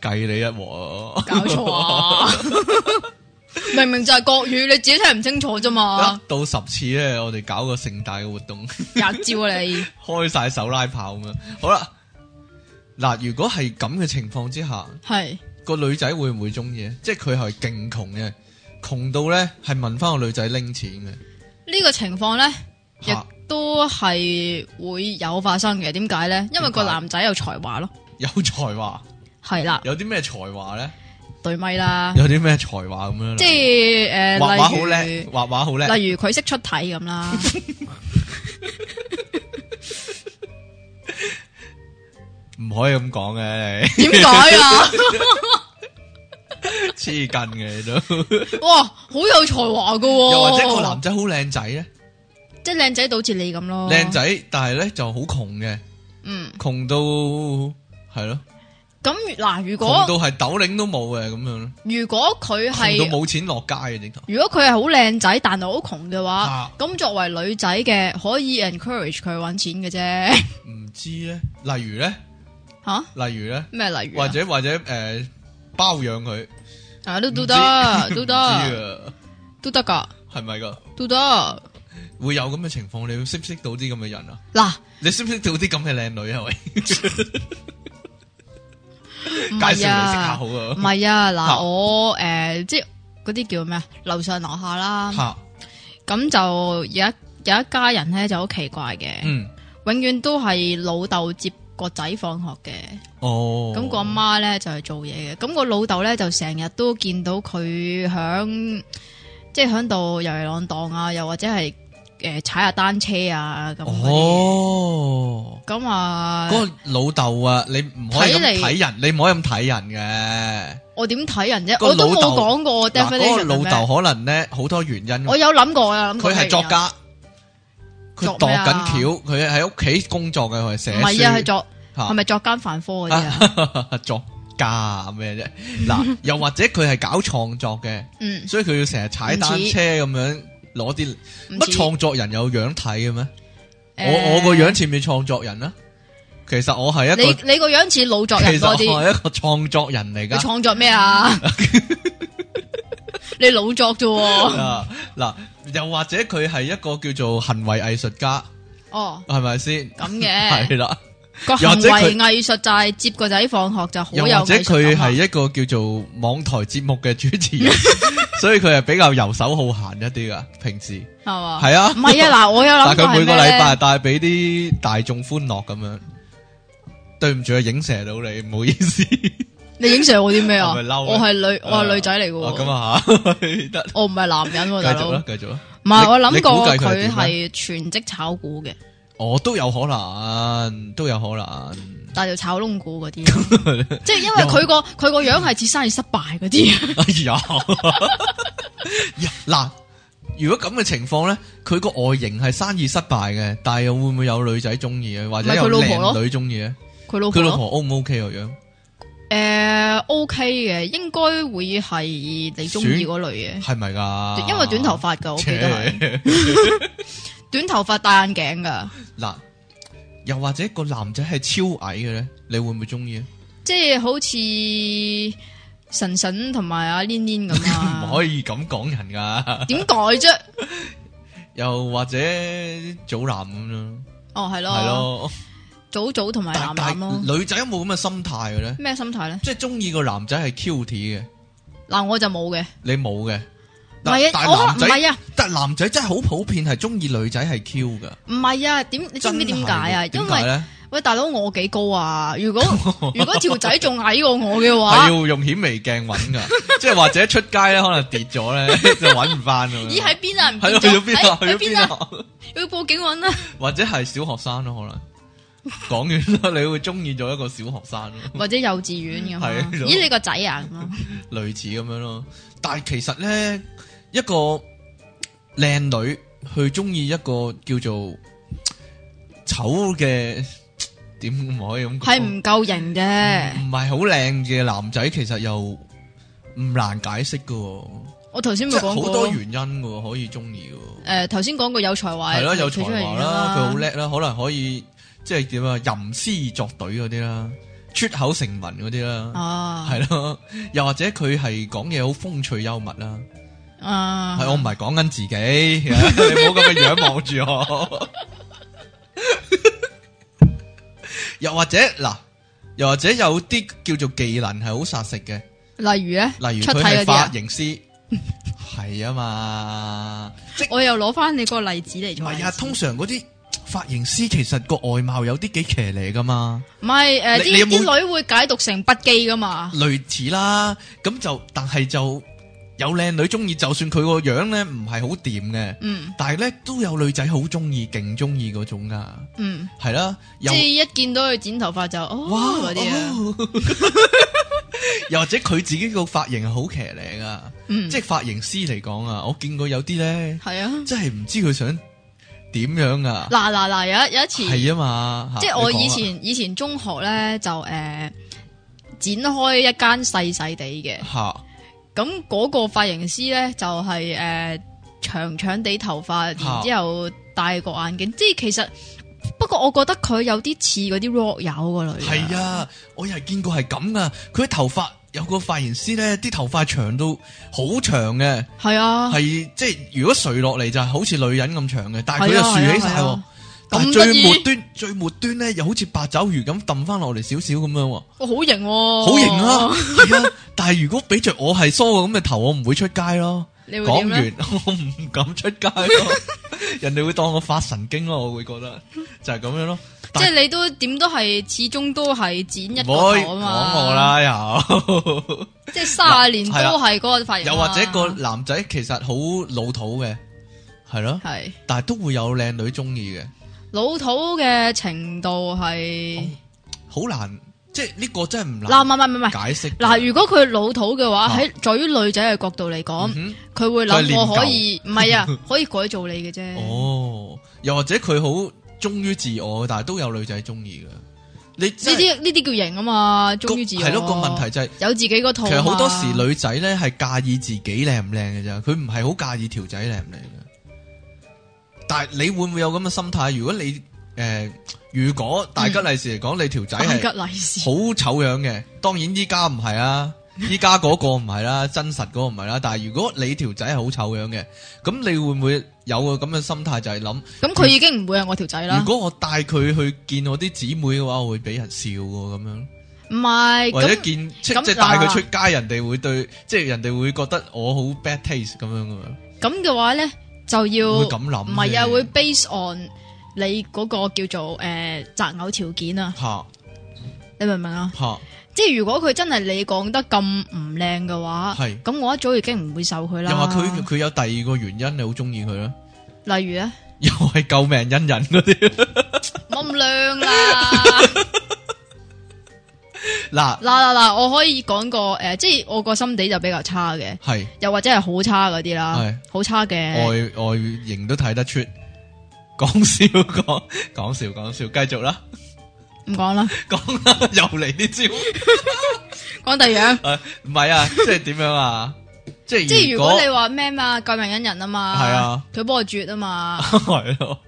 計你一镬。
搞錯啊！ 明明就係國語，你自己聽唔清楚啫嘛
一，到十次咧，我哋搞個盛大嘅活動，
吔招啊你！
開晒手拉炮咁樣。好啦，嗱，如果係咁嘅情況之下，
係
個女仔會唔會中意呢？即係佢係勁窮嘅，窮到咧係問翻個女仔拎錢嘅。
呢個情況咧，亦
嚇
都係會有發生嘅。點解咧？因為個
點解
男仔有才華咯，
有才華，
係啦，
有啲咩才華咧？
對咪啦，
有啲咩才華咁樣呢？
啊即係诶，
畫畫嗯好叻
例，如
畫畫好叻，
例如佢識出體 咁啦，
唔可以咁講嘅，你
點解啊？
黐筋嘅你都。
哇，好有才華噶喎！
又或者個男仔好靚仔咧？
即係靚仔到好似你咁咯，
靓，仔，但系咧就好窮嘅，
哦嗯，
窮到係咯，
咁嗱，如
窮
果
到係斗領都冇嘅咁樣咯，
如果佢
窮到
係啊
冇錢落街嘅直頭。
如果佢係好靚仔，但係好窮嘅話
啊，
咁、作為女仔嘅可以 encourage 佢揾錢嘅啫，
唔知咧，例如咧，
吓、
例如咧，
咩例如啊
或者或者诶，包養佢
啊都
唔
都
知，
得 都
唔
得，
知啊
都得噶，
係咪噶？
都得。
會有咁嘅情況，你識唔識到啲咁嘅人啊？
嗱，
你識唔識到啲咁嘅靚女啊？喂，
唔
介紹嚟識
係
下
啊
好，
唔
啊！
係啊，
嚇
嗱，我诶、誒即係嗰啲叫咩啊，樓上樓下啦，
吓，
咁就有一有一家人咧就好奇怪嘅，
嗯，
永遠都係老豆接個仔放學嘅。
哦，
咁個阿媽咧就係做嘢嘅，咁個老豆咧就成日都見到佢響，即係響度遊嚟浪蕩啊，又或者係诶踩下單車啊咁嗰啲。
哦，
咁啊，
嗰個老豆啊，你唔可以
睇
咁
你
睇人，你唔可以咁睇人
我點睇人啫？
個
我都
老
冇
豆
講過
嘅。嗱，嗰個
definition 係
老
咩。
豆可能咧好多原因㗎嘛
我有諗過，我啊有諗過
佢係作家，佢
作
度
咩
緊
啊
橋，佢喺屋企工作嘅，佢係寫
係人，唔係啊，係
書，
作
嚇
係咪作奸犯科嗰啲啊？
啊 作家咩啫？ 嗱，又或者佢係搞創作嘅，
嗯，
所以佢要成日踩單
唔似
車咁樣攞啲
唔
乜
似
創作人有樣睇嘅咩？
誒
我我個樣似唔似創作人啊？其實我係一個，
你你個樣似老作人
其實
多
我
啲。
係一個創作人嚟
你
㗎。
創作咩啊？ 你老作啫喎。
啊嗱，又或者佢係一個叫做行為藝術家，
哦，
係咪先？
咁
係
嘅
啦。
個
又或
行
者佢
為藝術就係接個仔放學就好有
又或者
藝術
佢
感啊
系一個叫做網台節目嘅主持人， 所以佢係比較游手好閒一啲噶。平時
係嘛？
係啊
唔係啊，嗱，我 有
但
諗
係
過
佢每個
個
禮拜帶俾啲大眾歡樂咁樣。對唔住啊，影射到你，唔好意思。
你影射我啲咩啊？
我咪嬲你
我係女， 我係女仔嚟 嘅
哦
喎。
咁 啊吓，得
我唔係男人喎，
繼
大
續
佬。
啦，繼續啦。
唔係，
你
我諗過
你估計佢係點
佢
呢
係全職炒股嘅，
我哦都有可能，都有可能。
但係就炒窿股嗰啲， 即係因為佢個佢個樣係似生意失敗嗰啲，啊
哎呀， 呀嗱，如果咁嘅情況咧，佢個外形係生意失敗嘅，但係又會唔會有女仔中意啊？或者
咪佢
有
老婆
靚
咯
女中意咧？
佢老
佢
婆
老
咯。
婆 O 唔 O K 個樣？
誒 OK 嘅，應該會係你中意嗰類
係咪噶
嘅，？因為短頭髮㗎，我記得係
啊切
短頭髮戴眼鏡㗎，
嗱，又或者個男仔係超矮嘅咧，你會唔會中意啊咧？
即係好似神神同埋阿 Lin Lin 咁
唔
啊。
可以啊咁講人噶，
點改啫？
又或者祖藍咁咯，
哦，係
係
咯，
咯。
早早同埋
但
男
但
男咯。
女仔有冇咁嘅心態嘅咧？
咩心態咧？
即係中意個男仔係 cute 嘅，
嗱，我就冇嘅，
你冇嘅。
唔
但
係
但
啊，我
男
唔
仔
係啊。
但男仔真係好普遍係中意女仔係 Q 噶，
唔係啊，點你知唔知點解啊？因
真係嘅點解
為
咧
喂大佬我幾高啊，如果如果條仔仲矮過我嘅
係
話，
要用顯微鏡揾噶， 即係或者出街咧可能跌咗咧 就揾唔翻咁樣。
咦喺邊啊？
係
唔見
咯，去咗
咗，
邊啊？去
哎
咗
喺
邊
邊啊？
啊？
要報警揾啊！
或者係小學生咯，可能講完啦，你會中意咗一個小學生咯，
或者幼稚園咁
係
啊
啊？
咦你個仔啊咁啊？
類似咁樣咯。但係其實咧，一個靚女去中意一個叫做醜嘅，點唔可以咁講？
係唔夠型嘅，
唔係好靚嘅男仔，其實又唔難解釋嘅喎，
我頭先
即
咪
係
講
好多
過。
原因嘅喎，可以中意嘅喎。
誒呃頭先講過有才華
係咯，
哦係
有
其
才
中一
華
樣
啦，佢好
啦，
叻啦，可能可以即係點啊，吟詩作對嗰啲啦，出口成文嗰啲啦，
啊
係咯，又或者佢係講嘢好風趣幽默啦。
啊
係我唔係講緊自己，你唔好咁嘅樣望住我。又或者嗱，又或者有啲叫做技能係好殺食嘅。
例如咧，
例如
出體
佢係
嗰啲
髮
啊，
型師，係啊嘛，即
我又攞翻你個例子嚟
唔
做例
係
子。
啊？通常嗰啲髮型師其實個外貌有啲幾騎呢噶嘛，
唔係誒
你你有
啲
冇
啲女會解讀成筆記噶嘛？
類似啦，咁就但係就有靚女中意，就算佢個樣咧唔係好掂嘅，
嗯
但係咧都有女仔好中意，勁中意嗰種噶，
嗯。
係啦，又
即系一见到佢剪头发就哦
哇
嗰啲啊，
哦 又或者佢自己個髮型係好騎呢噶，
嗯，
即係髮型師嚟講啊，我見過有啲咧。
系啊，
真系唔知佢想點樣啊？
嗱嗱嗱，有一有一次，
係啊嘛，
即系
嚇
我
你講啊
以前以前中学咧就诶展开一间细细地嘅，
嚇
咁嗰个发型师咧就系诶长长地头发，然之后戴个眼镜，即系其实不过我觉得佢有啲似嗰啲 rock 友嗰类，
係，啊，我又係見過係咁噶，佢啲頭髮有個髮型師咧，啲頭髮長到好長嘅，
系啊，
係即係如果垂落嚟就係好似女人咁長嘅，但係佢
係
又
啊係啊
豎起晒
係
喎
啊。
但係
咁得
最
意
末端最末端咧，又好似八爪魚咁揼翻落嚟少少咁樣喎，
我好型喎，
好型啊！，係啊，但係如果俾着我係梳個咁嘅頭，我唔會出街咯。
你啊会
講
点咧？
完 我唔敢出街 咯，人哋會當我發神經咯，我會覺得就係咁樣咯。
即系你都点都系始终都系剪一个
唔好
头
講我
啊嘛。啊
啦，又
即系卅年都系嗰個髮型啊嘛。
又或者個男仔其實好老土嘅，系咯，
系
但系都會有靚女中意嘅，
老土嘅程度系
好難，即係呢個真係唔
嗱，唔
難
係唔係唔係
解釋。
嗱，如果佢老土嘅話，
啊
喺在於女仔嘅角度嚟講，
嗯
佢會
佢係
諗
念
我
舊
可以唔係啊， 可以改造你嘅
哼
啫。
哦，又或者佢好忠於自我，但係都有女仔中意嘅。你呢
呢啲呢啲叫型啊嘛，忠於自我。
係咯個問題就係、
有自己嗰套嘛。
其實好多時女仔咧係介意自己靚唔靚嘅啫，佢唔係好介意條仔靚唔靚嘅。但係你會唔會有咁嘅心態？如果你誒、呃如果大吉利是嚟講，你條仔
大
係
吉利是，
好醜樣嘅，當然依家唔係啦，依家嗰個唔係啦， 真實嗰個唔係啦。但係如果你條仔係好醜樣嘅，咁你會唔會有個咁嘅心態就係諗，
咁佢已經唔會係我條仔
如
啦。
果我帶佢去見我啲姊妹嘅話，我會俾人笑喎咁樣。
唔係
或者
咁
見即
咁
即係帶佢
嗱
出街，人哋會對即係人哋會覺得我好 bad taste 咁樣噶嘛，
咁嘅話咧，就要
會
唔
咁諗啫。
係啊，會 base on 你嗰個叫做诶擇偶條件啊，
嚇
你明唔明啊？
嚇，
即係如果佢真係你講得咁唔靚嘅話，
係
咁我一早已經唔會受佢啦。
又話佢佢有第二個原因你好中意佢啦，
例如 咧，
又係救命恩人嗰啲
冇咁靚啊啦，
嗱
嗱嗱嗱，我可以講個诶，即係我個心地就比較差嘅，
係
又或者係好差嗰啲啦
係，
好差嘅。
外外形都睇得出。 講笑講講笑講笑，繼續啦，
唔講啦，
講啦，又嚟啲招，
講第二樣。
誒唔係啊，即係點樣啊？即係
即係
如
如
果
果你話咩嘛，救命恩人啊嘛，
係啊，
佢幫我絕啊嘛，
係咯。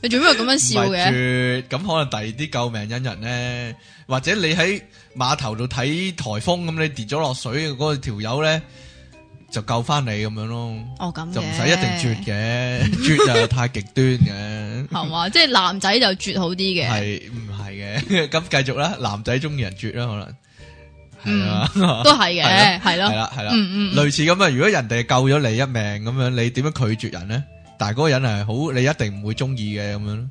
你做咩咁樣笑嘅？
嘅。咁可能第二啲救命恩人咧，或者你喺碼頭度睇颱風咁，你跌咗落水嗰條友咧就救翻你咁樣咯，
哦咁嘅
就唔使一定絕嘅，
嗯
絕就太極端嘅，
係嘛？即係男仔就絕好啲嘅，
係唔係 嘅？咁繼續啦，男仔中意人絕啦，可能係啊，
都係嘅，係
係
咯，
啦係啦，
嗯嗯嗯，
類似咁啊。如果人哋救咗你一命咁樣，你點樣拒絕人咧？但係嗰個人係好，你一定唔會中意嘅咁樣咯。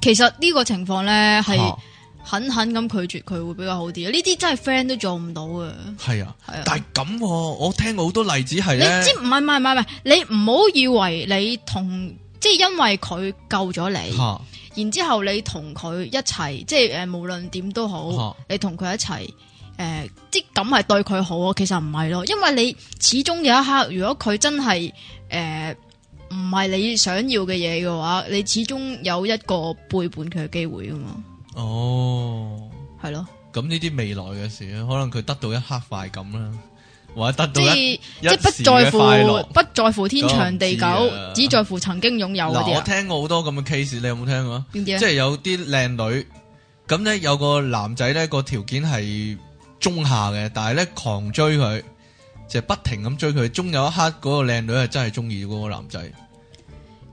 其實呢個情況咧係
嚇
狠狠咁拒絕佢會比較好啲，呢啲真係 friend 都做唔到嘅，
係啊，
係啊。
但係咁喎，我聽過好多例子係
你
咧，
知唔係唔係唔係唔係，你唔好以為你同即係因為佢救咗你。
吓
然之後你同佢一齊，即係誒、呃，無論點都好，
吓
你同佢一齊誒、呃，即咁係對佢好啊。其實唔係咯，因為你始終有一刻，如果佢真係誒唔係你想要嘅嘢嘅話，你始終有一個背叛佢嘅機會噶嘛，
哦，
係咯，
咁呢啲未來嘅事咧，可能佢得到一刻快感啦，或者得
即
到一
係
一
即係
時
不
嘅
在
快樂
乎不在乎天長地久
咁唔知啊，
只在乎曾經擁有嗰
嗱，
啲
我
啊，
聽過好多咁嘅 case，你有冇聽過啊？
邊
即
啲啊？
係有啲靚女，咁咧有個男仔咧個條件係中下嘅，但係咧狂追佢，就不停咁追佢，終有一刻嗰個靚女係真係中意嗰個男仔。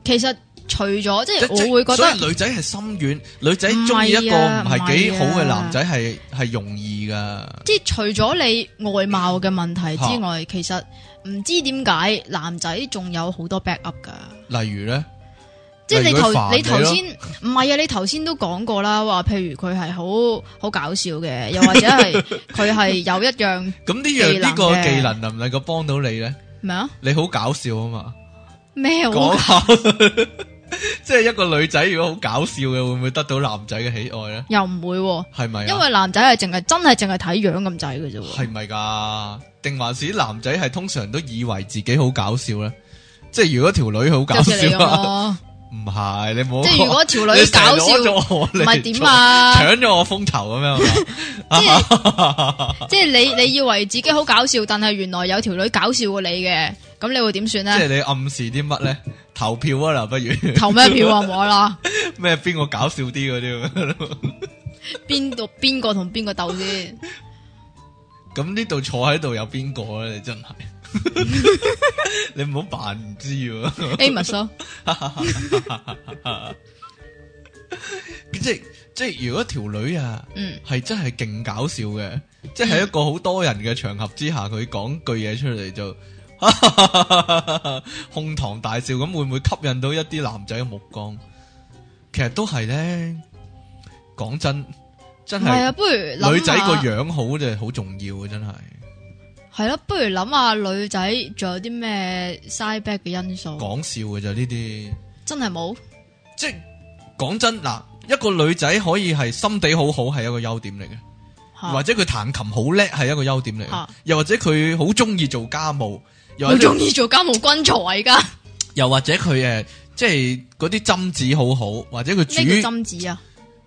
其實除咗即
即
係我會覺
所
得
以女仔係心軟，女仔中意一個唔係幾好嘅男仔係係容易噶。
即係除咗你外貌嘅問題之外，其實唔知點解男仔仲有好多 back up 噶。
例如咧，
即係
例
你
如佢煩
頭
你
你
咯
頭先唔係啊，你頭先都講過啦，話譬如佢係好好搞笑嘅，又或者 係佢係有一樣
咁呢樣
技能
呢個
嘅
技能能唔能夠幫到你咧？
咩啊
你好搞笑啊嘛，
咩好
講下， 即係一個女仔如果好搞笑嘅，會唔會得到男仔嘅喜愛咧？
又唔會喎，
係咪啊？
因為男仔係淨係真係淨係睇樣咁滯嘅啫喎。
係咪㗎？定還是男仔係通常都以為自己好搞笑咧？即係如果條女好搞
就似你
笑
咁
啊，
咯，
唔係你冇
即係如果條女
你成日
搞笑
攞，咗我
唔
嚟
係點
做
啊？
抢咗我風頭咁 樣啊！
即係你你以為自己好搞笑，但係原來有條女搞笑過你嘅，咁你會點算
即係
咧？
你暗示啲乜咧？投票啊嗱，不如
啊 投咩票啊？冇啦，
咩邊個搞笑啲嗰啲咁樣
邊度邊個同邊個鬥先？
咁呢度坐喺度有邊個啊咧？你 真係你唔好扮唔知喎！
Amos 咯，
即係即係如果條女啊
嗯，
係真係勁搞笑嘅，即係喺一個好多人嘅場合之下，佢講句嘢出嚟就 哄堂大笑，咁會唔會吸引到一啲男仔嘅目光？其實都係咧，講真，真
唔係啊
係
啊，不如諗下
女仔個樣好就好重要嘅，真係。
系咯，不如谂下女仔仲有啲咩 side back 嘅因素？
講笑嘅咋呢啲。
真系冇，
即系讲真嗱，一個女仔可以係心地好好係一個優點嚟嘅，
嚇
或者佢彈琴好叻係一個優點嚟嘅，
啊
又或者佢好中意做家務，又
好
或者
中意做家務軍曹啊！而家
又或者佢诶，即係嗰啲針子好好，或者佢煮
咩叫針子啊？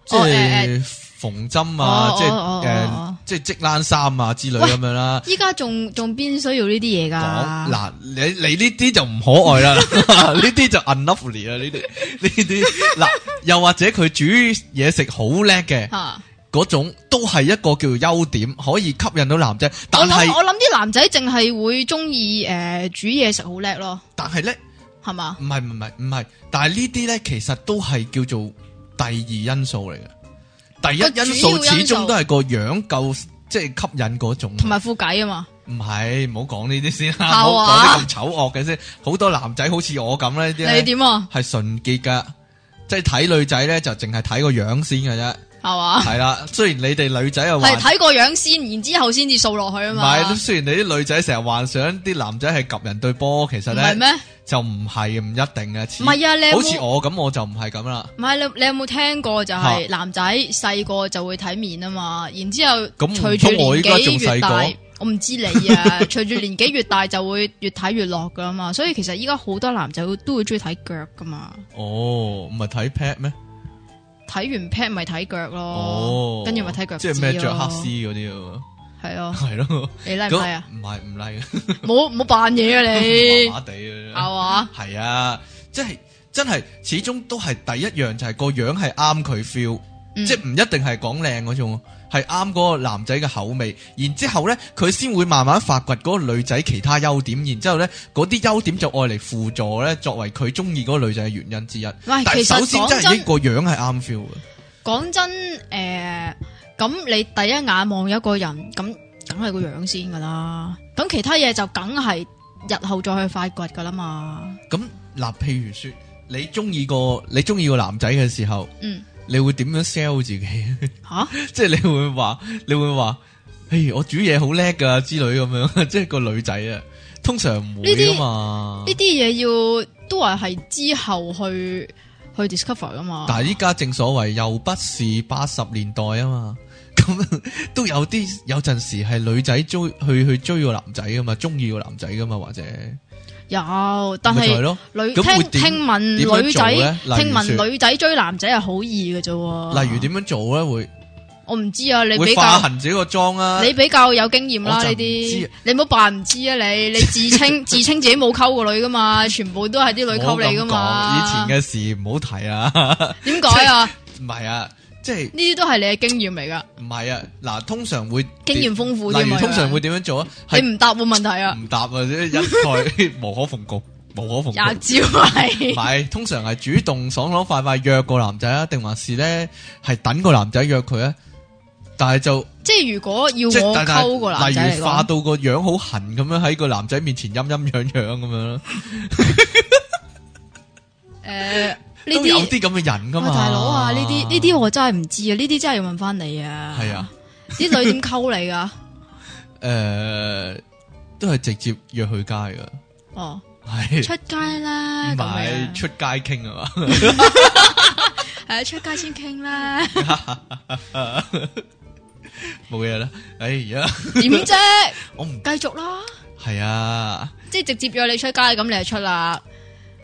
即
哦誒
係縫針啊
哦，
即
哦
係
哦
诶
哦，
即係織冷衫啊之類咁樣啦。
依家仲仲邊需要呢啲嘢
講
㗎？
嗱，你你呢啲就唔可愛 啦，呢啲就 unlovely 啦，呢啲呢啲嗱，又或者佢煮嘢食好叻嘅
嚇
嗰種，都係一個叫做優點，可以吸引到男仔。
我
但
諗
係
我諗啲男仔淨係會中意诶煮嘢食好叻咯，
但係咧，
係嘛？
唔係唔係唔係，但係呢啲咧其實都係叫做第二因素嚟嘅。第
個
一
啊主要
因素
因素
始終都係個樣夠，即係吸引嗰種。
同埋副計啊嘛，
唔係，唔好講呢啲先
嚇
啦，唔好
我啊
講啲咁醜惡嘅先。好多男仔好似我咁咧，呢啲呢
你點啊？
系纯洁噶，即系睇女仔咧就净系睇个样先嘅 啫，
係 嘛？
系啦。虽然你哋女仔又
係
幻，
睇個樣先，然之後先至掃落去啊嘛。
唔系，虽然你啲女仔成日幻想啲男仔系及人对波，其实
唔係
咧
咩？
就唔系唔一定嘅。似
唔係啊，你有
好似
冇？
我咁，我就唔系咁啦。
唔係你你有冇聽過就係男仔細個就會睇面啊嘛，然之後
咁
隨住
唔通我依
年
家仲
紀越
細個
大，我唔知你 啊，隨住年紀越大就會越睇越落噶嘛，所以其實依家好多男仔都會中意睇腳噶嘛，
哦，唔系睇 pad 咩？
睇完 pat 咪睇腳咯
哦，，
跟住咪睇腳
即
趾
系
咯
咩着黑丝，嗰啲啊？
係咯，
系咯，
你拉唔
咁
拉啊？
唔系唔
冇冇扮嘢啊
系，
你，
麻麻地嘅
係。嘛？
系啊，即系真系，始终都系第一样就系个样系啱佢 feel，、
嗯
即系唔一定系讲靓嗰种，系啱嗰个男仔嘅口味。然之后咧，佢先会慢慢发掘嗰个女仔其他优点，然之后咧，嗰啲优点就爱嚟辅助咧，作为佢中意嗰个女仔嘅原因之一。
喂，
但
其
系
實
首先
講
真系
真
呢。个样系啱 feel 嘅，
讲真，诶、咁你第一眼望一个人，咁梗系个样先噶啦。咁其他嘢就梗系日后再去发掘噶啦嘛。
咁嗱，譬如说你中意个你中意个男仔嘅时候，
嗯，
你会点样 sell 自己？
吓，
即系你会话，你会话，嘿，我煮嘢好叻噶之类咁样， 即系个女仔啊，通常唔
呢
会
啲
啊嘛
呢啲。嘢要都系系之后去去 discover 噶嘛。
但系依家正所谓又不是八十年代啊嘛， 咁都有啲有阵时系女仔追去去追个男仔噶嘛，中意个男仔噶嘛，或者
有，但
咪就係
系
咯。
女
咁會
听
點
听闻
點樣做呢
女仔
例如
听闻
說
女仔追男仔系好易嘅啫喎。
例如？點樣做咧？會
我唔知啊啊，你
會
比
化
较。
痕自己個妝啊？
你比較有經驗
我
啦
就唔
呢
知
啲，你唔好扮唔知啊你，你自 稱自稱自己冇溝過女噶嘛，全部都係啲女溝你噶嘛。
唔好咁講以前嘅事唔好提啊，
前嘅點解啊？
唔係啊，即係
呢啲都係你嘅經驗嚟噶，
唔係啊？嗱，通常會
經驗豐富添啊。
例如通常會點樣做啊？係
你唔答我問題啊，
唔 答啊，一概 無可奉告，無可奉
廿
告。
招係
唔係，通常係主動爽爽快快約個男仔啊，定還是咧係等個男仔約佢啊？但係就
即係如果要
即係
我
但但
溝個男仔
例
嚟
如化
講，
到個樣好痕咁樣喺個男仔面前陰陰樣樣咁樣咯，
誒呢
都有
啲。
啲咁嘅人噶
喂，
嘛。
大佬啊！呢啲呢啲我真係唔知啊，呢啲真係要問翻你啊。
係啊，
啲女點溝你噶？
誒呃都係直接約去街噶，
哦，
係
出街啦，
唔
咁
係
樣
出街傾啊嘛？
係啊出街先傾啦。
冇嘢啦，哎呀，
點啫？
我唔
繼續啦，
係啊，
即係直接約你出街，咁你就出啦，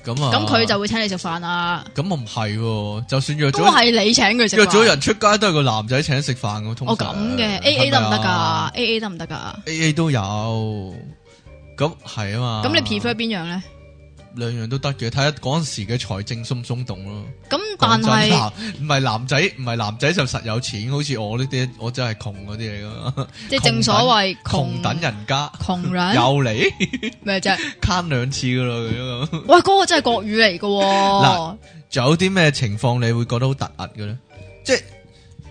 咁啊，
咁佢就會請你食飯啦。
咁我唔係喎，就算約
都
咗
係你請佢食
約咗
飯。
人出街都係個男仔請食飯嘅，通常啊
我咁嘅 A A 得唔得噶？A A 得唔得噶？
？A A 都有，咁係啊嘛。
咁你 prefer 邊樣咧？
兩樣都得嘅，睇下嗰陣時嘅財政鬆唔鬆動咯。
咁但
講真
係
男唔係男仔，唔係男仔就實有錢，好似我呢啲，我真係窮嗰啲嚟噶嘛。
即係正所謂
窮
窮
等人家，
窮
又
人
嚟
咩啫？
慳兩次噶啦咁樣。
喂，嗰個真係國語嚟噶
嗱，仲有啲咩情況你會覺得好突兀嘅咧？即係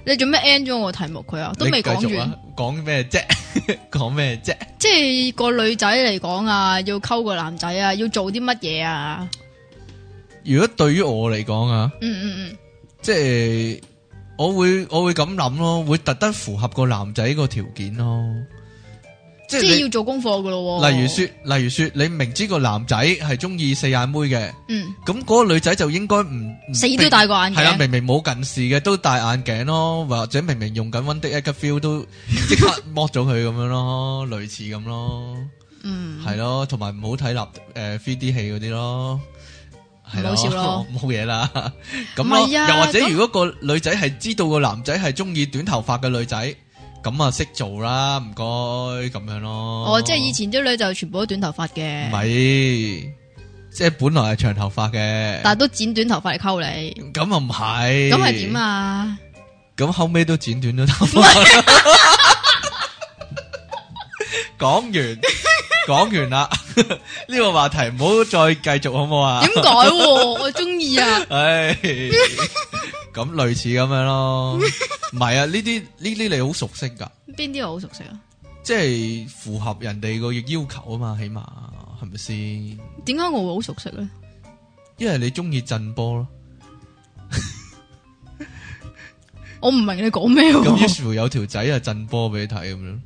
你做咩 end 咗我題目佢啊？都未
你繼
講
續啊
完，，
講咩啫？ 講咩啫？
即係個女仔嚟講啊，要溝個男仔啊，要做啲乜嘢啊？
如果對於我嚟講啊，
嗯嗯
即係我會我会咁諗咯，會特登符合個男仔個條件咯。即係
即系
你
要做功課噶咯喎。
例如说，例如说，你明知個男仔係中意四眼妹嘅，
嗯，
咁嗰個女仔就應該唔唔
死都戴個眼
系啦，嗯
鏡，
啊明明冇近視嘅都戴眼鏡咯，或者明明用緊 One Day a Feel 都即刻剝咗佢咁樣咯，類似咁咯，
嗯，
係啊咯，同埋唔好睇立诶 3D 戲嗰啲咯。係
唔好笑咯，
冇嘢啦。咁
唔
咯，
係啊
又或者
咁
如果個女仔係知道個男仔係中意短頭髮嘅女仔，咁啊識做啦，唔該咁樣咯。
哦，即係以前啲女就全部都短頭髮
唔
嘅，
係，即係本來係長頭髮嘅，
但系都剪短頭髮嚟溝你，
咁啊唔係，
咁係點？ 啊？
咁後尾都剪短咗頭髮。講完，講完啦，呢個話題唔好再繼續好唔好啊
點？解喎？我中意啊！
唉，咁類似咁樣咯，唔係啊？呢啲呢啲你好熟悉噶，
邊啲我好熟悉啊？
即係符合人哋個要求啊嘛，起碼係咪先？
點解我會好熟悉咧？
因為你中意震波咯。
我唔明你講咩
咁於
喎？
是乎有條仔啊震波俾你睇咁樣，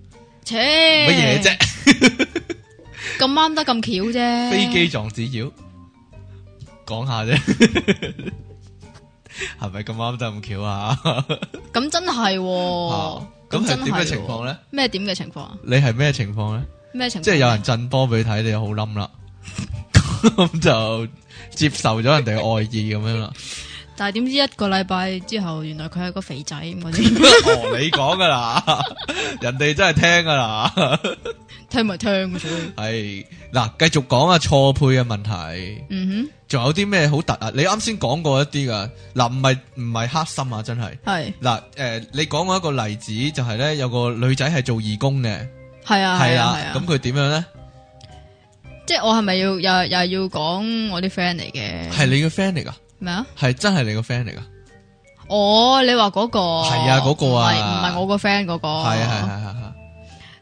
切
乜嘢？啫？
咁啱得咁巧啫。
飛機撞紙鹞，講下啫， 係咪咁啱得咁巧啊？
咁真 係喎，
咁
真
係點嘅
喎
情況？咧？
咩點嘅情況啊？
你係咩情況咧？
咩情況？啊
即係有人震波俾你睇，你就好冧啦， 咁就接受咗人哋嘅愛意咁樣啦。
但系点知一個禮拜之後，原來佢係個肥仔咁嗰啲，
哦，你講噶啦， 人哋真係聽噶啦。
聽咪聽嘅啫。
係嗱，繼續講啊錯配嘅問題。
嗯
仲有啲咩好突啊？你啱先講過一啲噶，嗱唔係唔係黑心啊，真係
哼，係
嗱诶，誒你講過一個例子，就係咧有個女仔係做義工嘅，
係啊
係
係啊
啦
係，
咁
啊。
佢點樣咧？
即係我係咪要又又要講我啲 friend
係
嚟嘅？
你嘅 friend 嚟噶，
咩啊？
係真係你嘅 friend 嚟噶，
哦，你話嗰個係
啊嗰個啊
唔係我個 friend 嗰個
係啊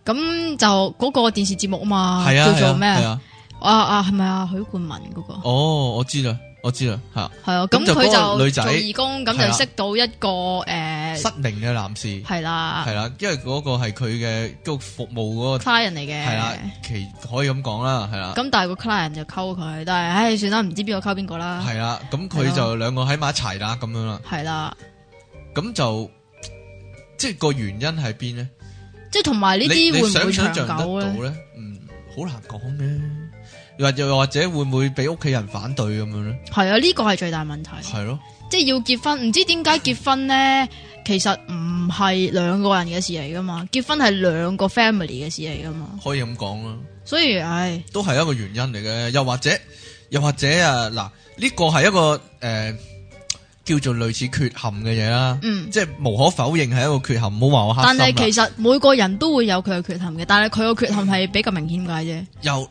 係係係係
咁就嗰個電視節目啊嘛，
係啊，
叫做咩
係
啊？
啊？
啊係咪啊？許冠文嗰個
哦，我知啦，我知啦，吓
係啊，
咁
咁
就嗰
佢
個
就
女仔
做義工，咁
係啊
就識到一個诶
失明嘅男士
係啦
係啦，因為嗰個係佢嘅嗰個服務嗰個
client 嚟嘅，
係啦，其可以咁講啦，係啦。
咁啊但系個 client 就溝佢，但係唉算啦，唔知邊個溝邊個啦，
係啦，咁
係
佢
咯
就兩個喺埋一齊啦，咁樣啦，
係啦，
咁就即係個原因喺邊咧？
即係同埋呢
你
啲
你
會唔
想
會
唔想
長
象得
久
到
咧？
咧？嗯，好難講嘅。或又或者會唔會俾屋企人反對咁樣咧？
係啊，呢個係最大問題，
係咯，
即係要結婚，唔知點解結婚咧，其實唔係兩個人嘅事嚟噶嘛，結婚係兩個 family 嘅事嚟噶嘛，
可以咁講啦，
所以唉
都係一個原因嚟嘅。又或者，又或者啊，嗱，呢個係一個诶、呃叫做類似缺陷嘅嘢啦，
嗯。
即係無可否認係一個缺陷。唔好話我黑
但
心啊啦
係其實每個人都會有佢嘅缺陷嘅，但係佢個缺陷係比較明顯解啫。
又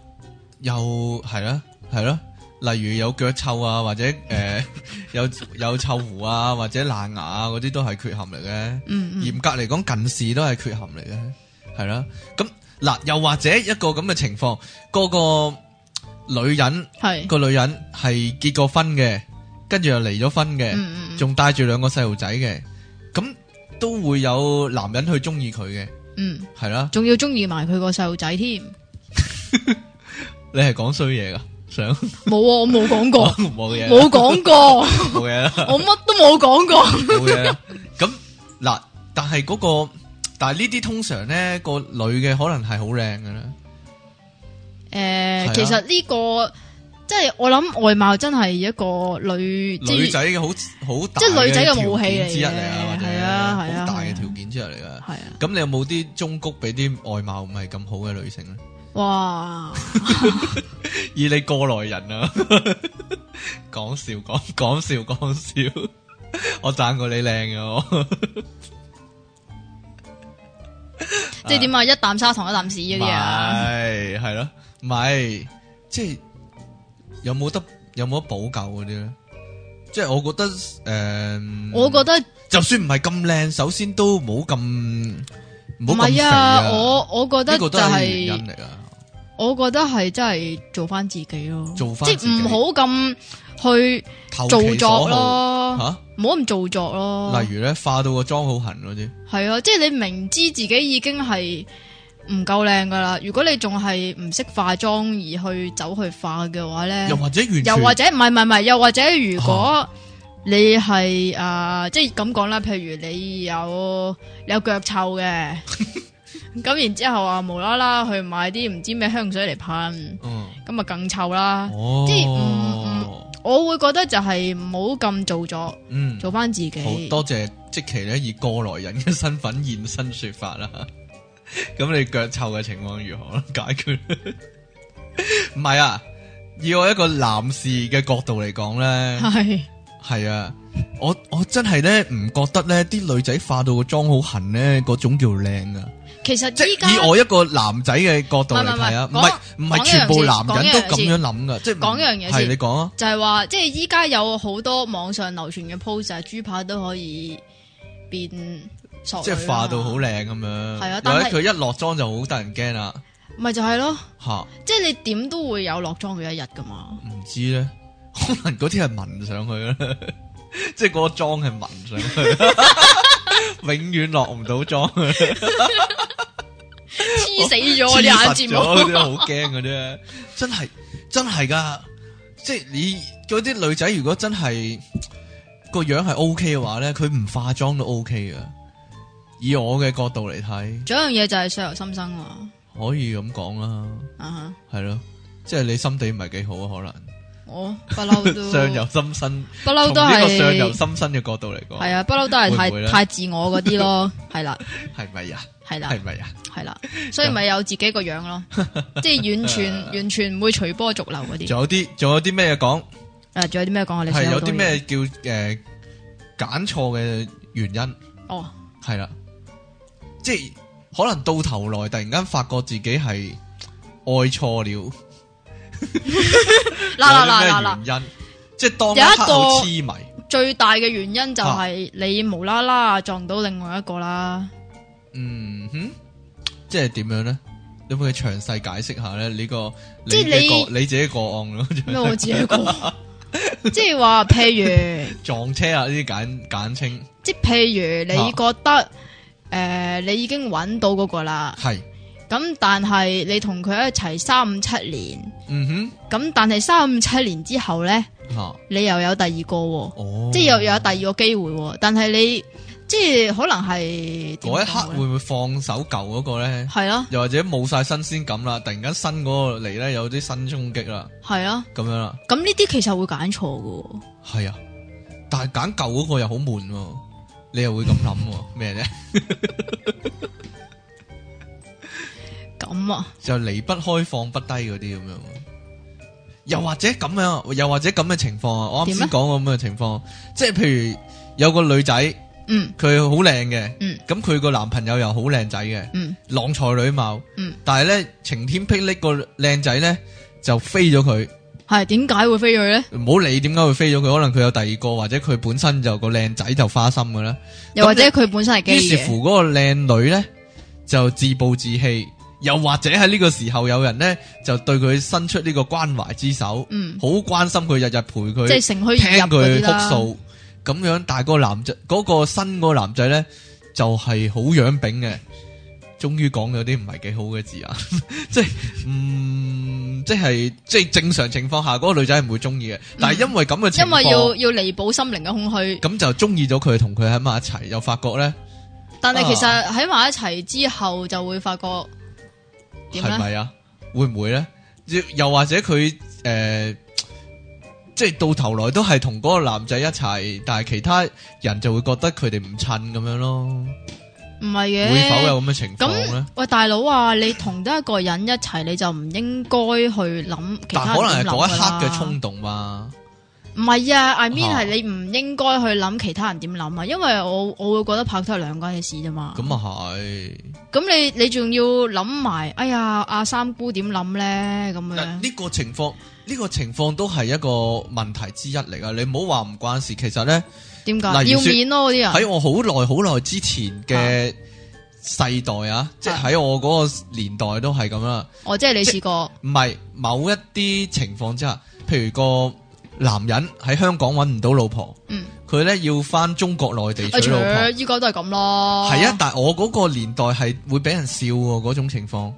又係啦，係啦，例如有腳臭啊，或者诶、呃 有有臭狐啊，或者爛牙啊，嗰啲都係缺陷嚟嘅。
嗯嗯，
嚴格嚟講，近視都係缺陷嚟嘅，係啦。咁嗱，又或者一個咁嘅情況，個個女人
係，
個女人係結過婚嘅，跟住又離咗婚嘅，
嗯嗯
仲帶住兩個細路仔嘅，咁都會有男人去中意佢嘅，
嗯，
係啦。
仲要中意埋佢個細路仔添。
你係講衰嘢噶，想
冇啊，我冇 講過，
冇嘢啦，
冇講過，
冇嘢啦。
我乜都冇講 過。
冇嘢啦。咁嗱，但系嗰、個，但系呢啲通常咧個女嘅可能係好靚嘅啦，
诶、
係啊
其實呢、個即係我諗外貌真係一個女即
女
係
仔嘅好好大
即係女仔嘅武器
條件之一
嚟嘅
嚟啊，或者
係啊係
好
啊
大
係
嘅
啊
條件之一嚟噶。
係啊，
咁你有冇啲忠告俾啲外貌唔係咁好嘅女性咧？
哇，
以你過來人啊， 講笑講講笑講笑，我讚過你靚嘅我。
即係點啊？一啖砂糖一啖屎嗰啲啊，
咪係咯，咪即係有冇得有冇得補救嗰啲咧？即係我覺得诶，
我覺得
就嗯算唔係咁靚，首先都唔好咁唔
唔
好咁肥
係啊，我我覺得
呢
就
個都係
係、
原因嚟啊！
我覺得係真係做翻自己咯，
做返
即
自己
係唔好咁去
投
做
其所
作
好
咯，哦
吓，
唔好咁做作咯。
例如咧化到個妝好痕嗰啲，
係啊，即係你明知自己已經係唔夠靚噶啦。如果你仲係唔識化妝而去走去化嘅話咧
又，或者完
又
全啊
或者唔係唔係唔係，又或者如果你係啊、呃即係咁講啦，譬如你有你有腳 臭嘅，咁然之後啊無啦啦去買啲唔知咩香水嚟噴，
嗯
咁啊更臭啦。
哦，
即係唔我會覺得就係唔好咁做作，
嗯，
做翻自己。
好多謝即其咧以過來人嘅身份現身說法啦。 咁你腳臭嘅情況如何咧解決？ 唔係啊，以我一個男士嘅角度嚟講咧。
係
系啊，我我真系咧唔覺得咧啲女仔化到個妝好痕咧嗰種叫靚啊！
其實
即
依家
係以我一個男仔嘅角度嚟睇啊，
唔
唔
係
係
唔
唔
係講
係全部男人都
講
咁
一樣先
樣諗噶，即係唔
講一樣嘢
係
先
你講啊，
就係話，即係依家有好多網上流傳嘅 pose，就係豬扒都可以變索
即
女
係化到
啦
好
嘛，
靚咁樣。
啊係啊但
或
係
者佢一落妝就好得人驚啦，
咪就係咯，
吓
即係你點都會有落妝嘅一日噶嘛。
唔知咧， 可能嗰啲係紋上去啦， 即係嗰個妝係紋上去， 永遠落唔到妝。
黐死咗我啲眼睫毛，
黐實咗嗰啲好驚嘅啫，真係真係噶，即係你嗰啲女仔如果真係個樣係 O K 嘅話咧，佢唔化妝都 O K 嘅。以我嘅角度嚟睇，
仲有一樣嘢就係相由心生嘛。
可以咁講啦，
啊哈，
係咯，即係你心地唔係幾好啊，
我不嬲
可
都
能 上由心生，
不
從
嬲
呢
都
個上由
係
心生嘅角度嚟講，
係啊，不嬲都係太
會唔會咧
太自我嗰啲 咯，係啦
係咪呀？
係啦
係咪啊呀？
係啦，所以咪有自己個 樣咯，即係完全完全唔會隨波逐流嗰啲。
仲有啲仲有啲咩嘢講？
誒，仲有啲咩講啊？你寫
係
好
有
多
啲
嘢
咩叫誒揀錯嘅原因？
哦，
系啦，即系可能到头来突然间发觉自己系爱错了，嗱
嗱嗱嗱嗱嗱。
原因，即系当
有一
一刻好
個
痴迷，
最大嘅原因就
啊
係你無啦啦撞到另外一 個啦，
嗯哼，即系点样咧？你可唔可以详细解释下咧？呢个你
即係
嘅
你
個你自己個案咯，
咩我自己個，即係話譬如，
撞車啊呢啲簡簡稱
即係譬如
啊
你覺得诶、呃你已經揾到嗰個啦，
係，
咁但係你同佢一齊三五七年，
嗯
咁但係三五七年之後呢，
哼，吓、
你又有第二個喎，
哦，
即係又有第二個機會喎，但係你即係可能係點
嗰一刻
講啊
會
呢
唔會放手舊嗰個咧？
係咯
又或者冇晒新鮮感啦，突然間新嗰個嚟咧有啲新衝擊啦，
係咯，
咁樣啦。
咁呢啲其實會揀錯嘅
系啊，但系拣旧嗰个又好闷喎，你又会咁谂喎咩啫？
喎，咁啊，
就离不开放不低嗰啲咁样喎，又或者咁样，又或者咁嘅情况啊！我啱
點
先
啊
讲咁嘅情况，即系譬如有个女仔，
嗯
佢好靓嘅，
嗯
咁佢个男朋友又好靓仔嘅，
嗯
郎才女貌，
嗯
但系咧晴天霹雳个靓仔咧就飞咗佢。
係點解會飛佢咧？
唔好理點解會飛咗佢，可能佢有第二個，或者佢本身就個靚仔就花心嘅啦。
又或者
咁你
佢本身係
於
基
是
嘅，
乎嗰個靚女呢，就自暴自棄，又或者喺呢個時候有人呢，就對佢伸出呢個關懷之手，
嗯，
好關心佢，日日陪佢，
即係乘虛
聽
而入嗰
佢
啲啦。
哭訴咁樣。但係個男仔，嗰、個新嗰個男仔呢，就係好樣炳嘅。終於講咗啲唔係幾好嘅字啊！ 即係嗯，即係即係正常情況下，嗰、個女仔係唔會中意嘅。但係因為咁嘅情
嗯因為
況，
要要弥补心靈嘅空虛，
咁就中意咗佢，同佢喺埋一齊，又發覺呢。
但係其
啊
實喺埋一齊之後就會發覺點
係
咧？
咪啊？會唔會咧？又又或者佢诶、呃即係到頭來都係同嗰個男仔一齊，但係其他人就會覺得佢哋唔襯咁樣咯。
唔係
會否
嘅。
有咁嘅情況咧
咁？喂，大佬啊，你同得一個人一齊，你就唔應該去諗其
但
他
可能
人
係
點諗
嗰
啊㗎
一
啦
刻嘅衝動嘛。
唔係啊，I mean
啊
係你唔應該去諗其他人點諗啊，因為我我會覺得拍拖係兩個人嘅事啫嘛。
咁啊係，
咁你你仲要諗埋，哎呀，阿三姑點諗咧？咁
但
樣
呢個情況，呢、個情況都係一個問題之一嚟噶。你唔好話唔關事，其實咧
點解
例
要
如說
面咯？嗰啲人
喺我好耐好耐之前
啊
嘅世代啊，即係喺我嗰個年代都係咁啦。
哦，即系你
即
试过，
唔係某一啲情況之下，譬如個男人喺香港揾唔到老婆，
嗯，
佢咧要翻中國內地
阿
娶老婆。
哎卓依家都係咁啦。
係啊，，但系我嗰個年代係會俾人笑喎，嗰種情況。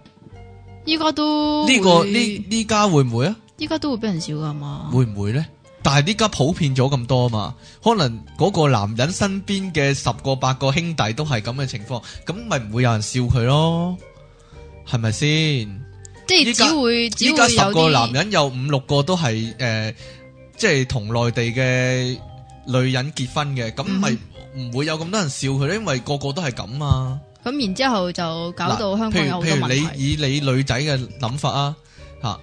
依家都
呢個
會
呢呢家會唔會啊？
依家都會俾人笑噶嘛。
會唔會呢？但係呢家普遍咗咁多嘛，可能嗰個男人身邊嘅十個八個兄弟都係咁嘅情況，咁咪唔會有人笑佢咯？係咪先？
即係
依家
只會只
依
會
家十
有
個
啲
男人有五六個都係诶、呃即係同內地嘅女人結婚嘅，咁
嗯
咪唔會有咁多人笑佢咧，因為個個都係咁啊。
咁，然之後就搞到
嗱
香港有好多
譬如
問
譬如
題。
你以你女仔嘅諗法啊，吓，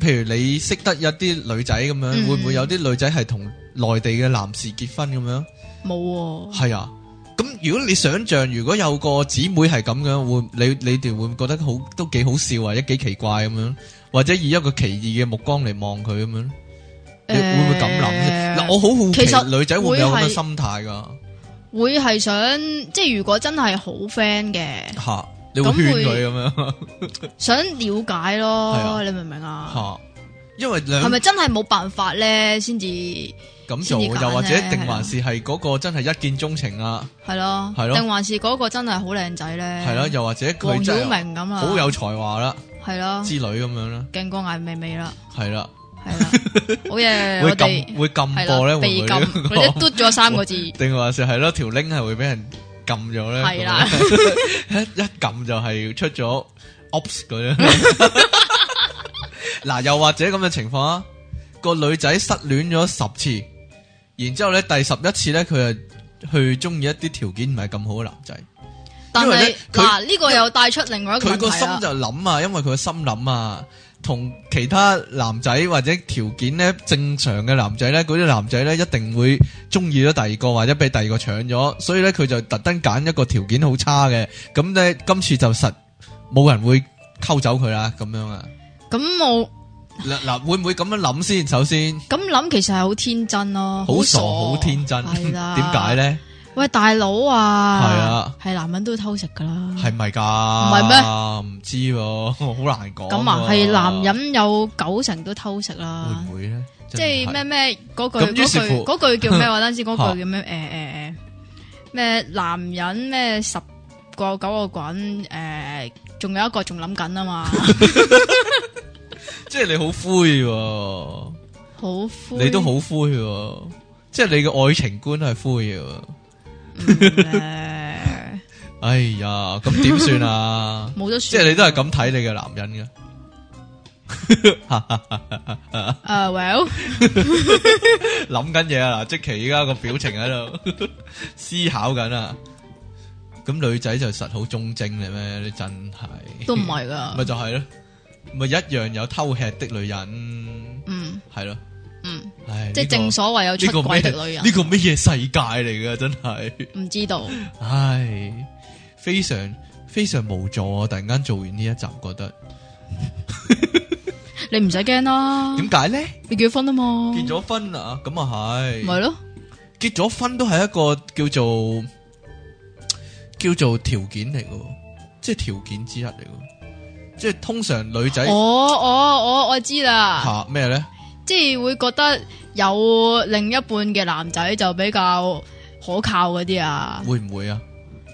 譬如你識得一啲女仔咁樣，
嗯
會唔會有啲女仔係同內地嘅男士結婚咁樣？
冇喎，
係啊，咁如果你想象如果有個姊妹係咁樣，會你你哋會唔會覺得好都幾好笑或者幾奇怪咁樣，或者以一個奇異嘅目光嚟望佢咁樣，你會唔會咁諗
誒
啫？嗱，我好好
其實
奇女仔會唔會有咁
會
嘅
係
心態噶
會係想即係如果真係好 friend 嘅，
吓，你會
咁
勸
會
佢咁樣
想了解
係啊
咯，你明唔明啊？
吓，因為
係
兩
咪真係冇辦法咧先至係
咁做，
先至揀
又或者
咧
定還
係啦
是係嗰個真係一見鍾情啊？
咯？
係咯
定還是嗰個真係好靚仔咧？
係啦，又或者佢
黃曉
真係
明咁啊，
好有才華啦
係咯，
之類咁樣啦，
勁過艾薇薇啦，
係啦，
係 啦，好嘢，
會
我哋
禁會禁
係
播咧，
啦，
會
被
唔
禁，
會
我哋
呢
嘟咗 三個字，
個？定還是係咯，條 link 係會俾人禁咗咧？
係啦
咁樣， 一一撳就係出咗 ops 嗰啲。 嗱，又或者咁嘅情況啊，個女仔失戀咗十次，然之後咧第十一次咧，佢就去中意一啲條件唔係咁好嘅男仔。
但
因為
係
咧佢
嗱呢個又帶出另外一個
佢個
問題
心
啦。
就諗啊，因為佢個心諗啊，同其他男仔或者條件咧正常嘅男仔咧，嗰啲男仔咧一定會中意咗第二個或者俾第二個搶咗，所以咧佢就特登揀一個條件好差嘅，咁咧今次就實冇人會溝走佢啦，咁樣啊，
咁我
嗱嗱會唔會咁樣諗先？首先，
咁諗其實係好天真咯，
好傻
傻
好天真，
係
點
啦。
解？咧？
喂，大佬啊，
係啊，
係男人都偷食噶啦，
係咪㗎？
唔係
咩？唔知喎，好難講喎。
咁啊，係男人有九成都偷食啦，
會唔會咧？
即
真
係咩咩嗰句
咁於
嗰
是
句
乎
嗰句叫咩話？等陣先 嗰句叫咩？诶诶诶，咩男人咩十個九個滾诶，仲有一個仲諗緊 啊嘛，
即系你好灰、喎，
好灰，
你都好灰、喎，即系你嘅爱情观系灰嘅喎。
嗯誒？
哎呀，咁点算啊
冇得
即
算。
系你都系咁睇你嘅男人嘅。
诶，well，啊
谂紧嘢啊！嗱，即其而家个表情喺度 思考紧啊。咁女仔就实好忠貞嘅咩？你真系
都唔係噶
咪，就系咯，咪一样有偷吃的女人，
嗯
系咯。
嗯，
唉，
即係
呢個
正所謂有出
呢個咩
軌的女人
呢，个咩嘢世界嚟嘅真系。
唔知道。
唉，非常非常無助啊！突然間做完呢一集，覺得
啊你唔使驚啦，
點解呢？
你結婚啊嘛，
結咗婚啦，咁啊
咪
係，
咯，
結咗婚都係一個叫做叫做條件嚟嘅喎，即係條件之一嚟嘅喎，即係通常女仔
我我我我知啦，
吓咩呢？
即係會覺得有另一半嘅男仔就比較可靠嗰啲啊，
會唔會啊？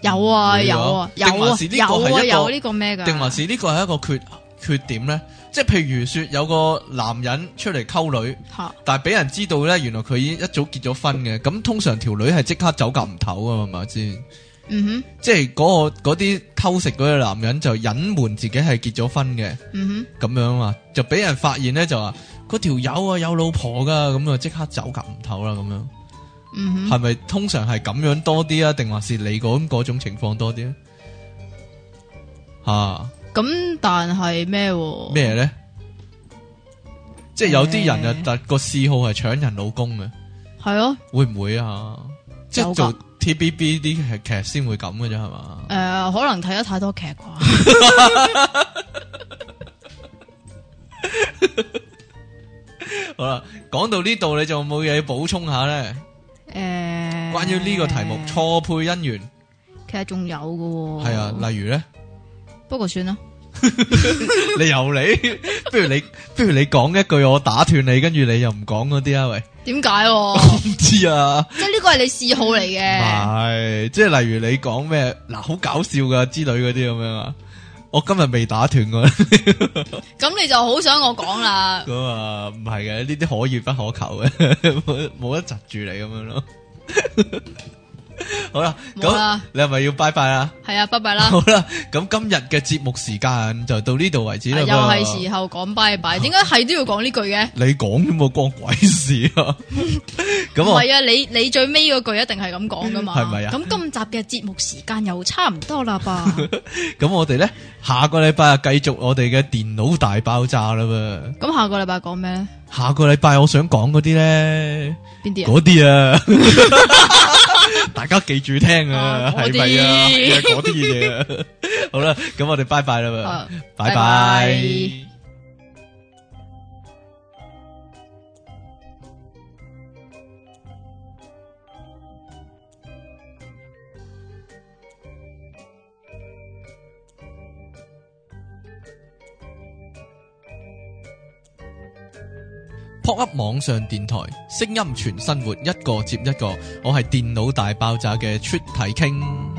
有啊
會啊
有啊有
定還
啊
是呢個係一
有
個
啊有呢個咩噶？
定還是呢個係一個缺缺點呢？即係譬如說有個男人出嚟溝女。
吓
但系俾人知道咧，原來佢已經一早結咗婚嘅，咁通常條女係即刻走夾唔唞啊，係咪先？
嗯
即係嗰、個嗰啲偷食嗰個男人就隱瞞自己係結咗婚嘅，
哼嗯
咁樣啊，就俾人發現咧就話嗰條友啊有老婆噶，咁啊即刻走夾唔唞啦，咁樣
哼嗯哼，
係咪、通常係咁樣多啲啊？定還是你嗰嗰種情況多啲啊咧？吓、
咁但係咩喎？
咩咧？即係有啲人啊
誒，
特個嗜好係搶人老公嘅。
係咯？
会唔会啊？即系
有㗎
做 TBB 啲剧剧先会咁嘅啫，系嘛？
诶，可能睇得太多劇 啩，
好啦，讲到呢度，你仲有冇嘢补充下咧？
诶，
关于呢个题目错配姻缘，啊
其實仲有噶喎，
系啊，例如咧，
不過算啦，
你 由你，不如你不如你讲一句，我打断你，跟住你又唔讲嗰啲啊？喂，
点解 喎？
我唔知啊，
即系呢个系你嗜好嚟 嘅，
系即系例如你讲咩嗱，好搞笑噶之类嗰啲咁样啊。我今日未打斷 我，
咁你就好想我讲啦。
咁啊唔係嘅，呢啲可遇不可求嘅， 冇冇得窒住你咁樣咯。 好啦，
冇啦
咁你係咪要拜拜啊？
系啊，拜拜 啦
好，啦，咁今日嘅節目時間就到呢度為止啦。
啊又
噃
系时候讲拜拜。点解系都要讲呢句嘅？
你講都冇關鬼事 啊！咁
唔
我
系啊，你你最尾嗰句一定系咁讲噶嘛？
係咪啊
咁今集嘅节目时间又差唔多啦吧？
咁我哋咧下個禮拜啊繼續我哋嘅電腦大爆炸啦噃。
咁下个礼拜讲咩咧？
下個禮拜我想講嗰啲咧，
边啲啊？
嗰啲啊， 大家記住聽啊
啊，嗰啲
係咪啊？係啊嗰啲嘢啊。好啦，咁我哋拜拜啦
啊
噃，拜
拜
拜
拜。
扑噏網上電台，聲音全生活，一個接一個。我係電腦大爆炸嘅出體傾。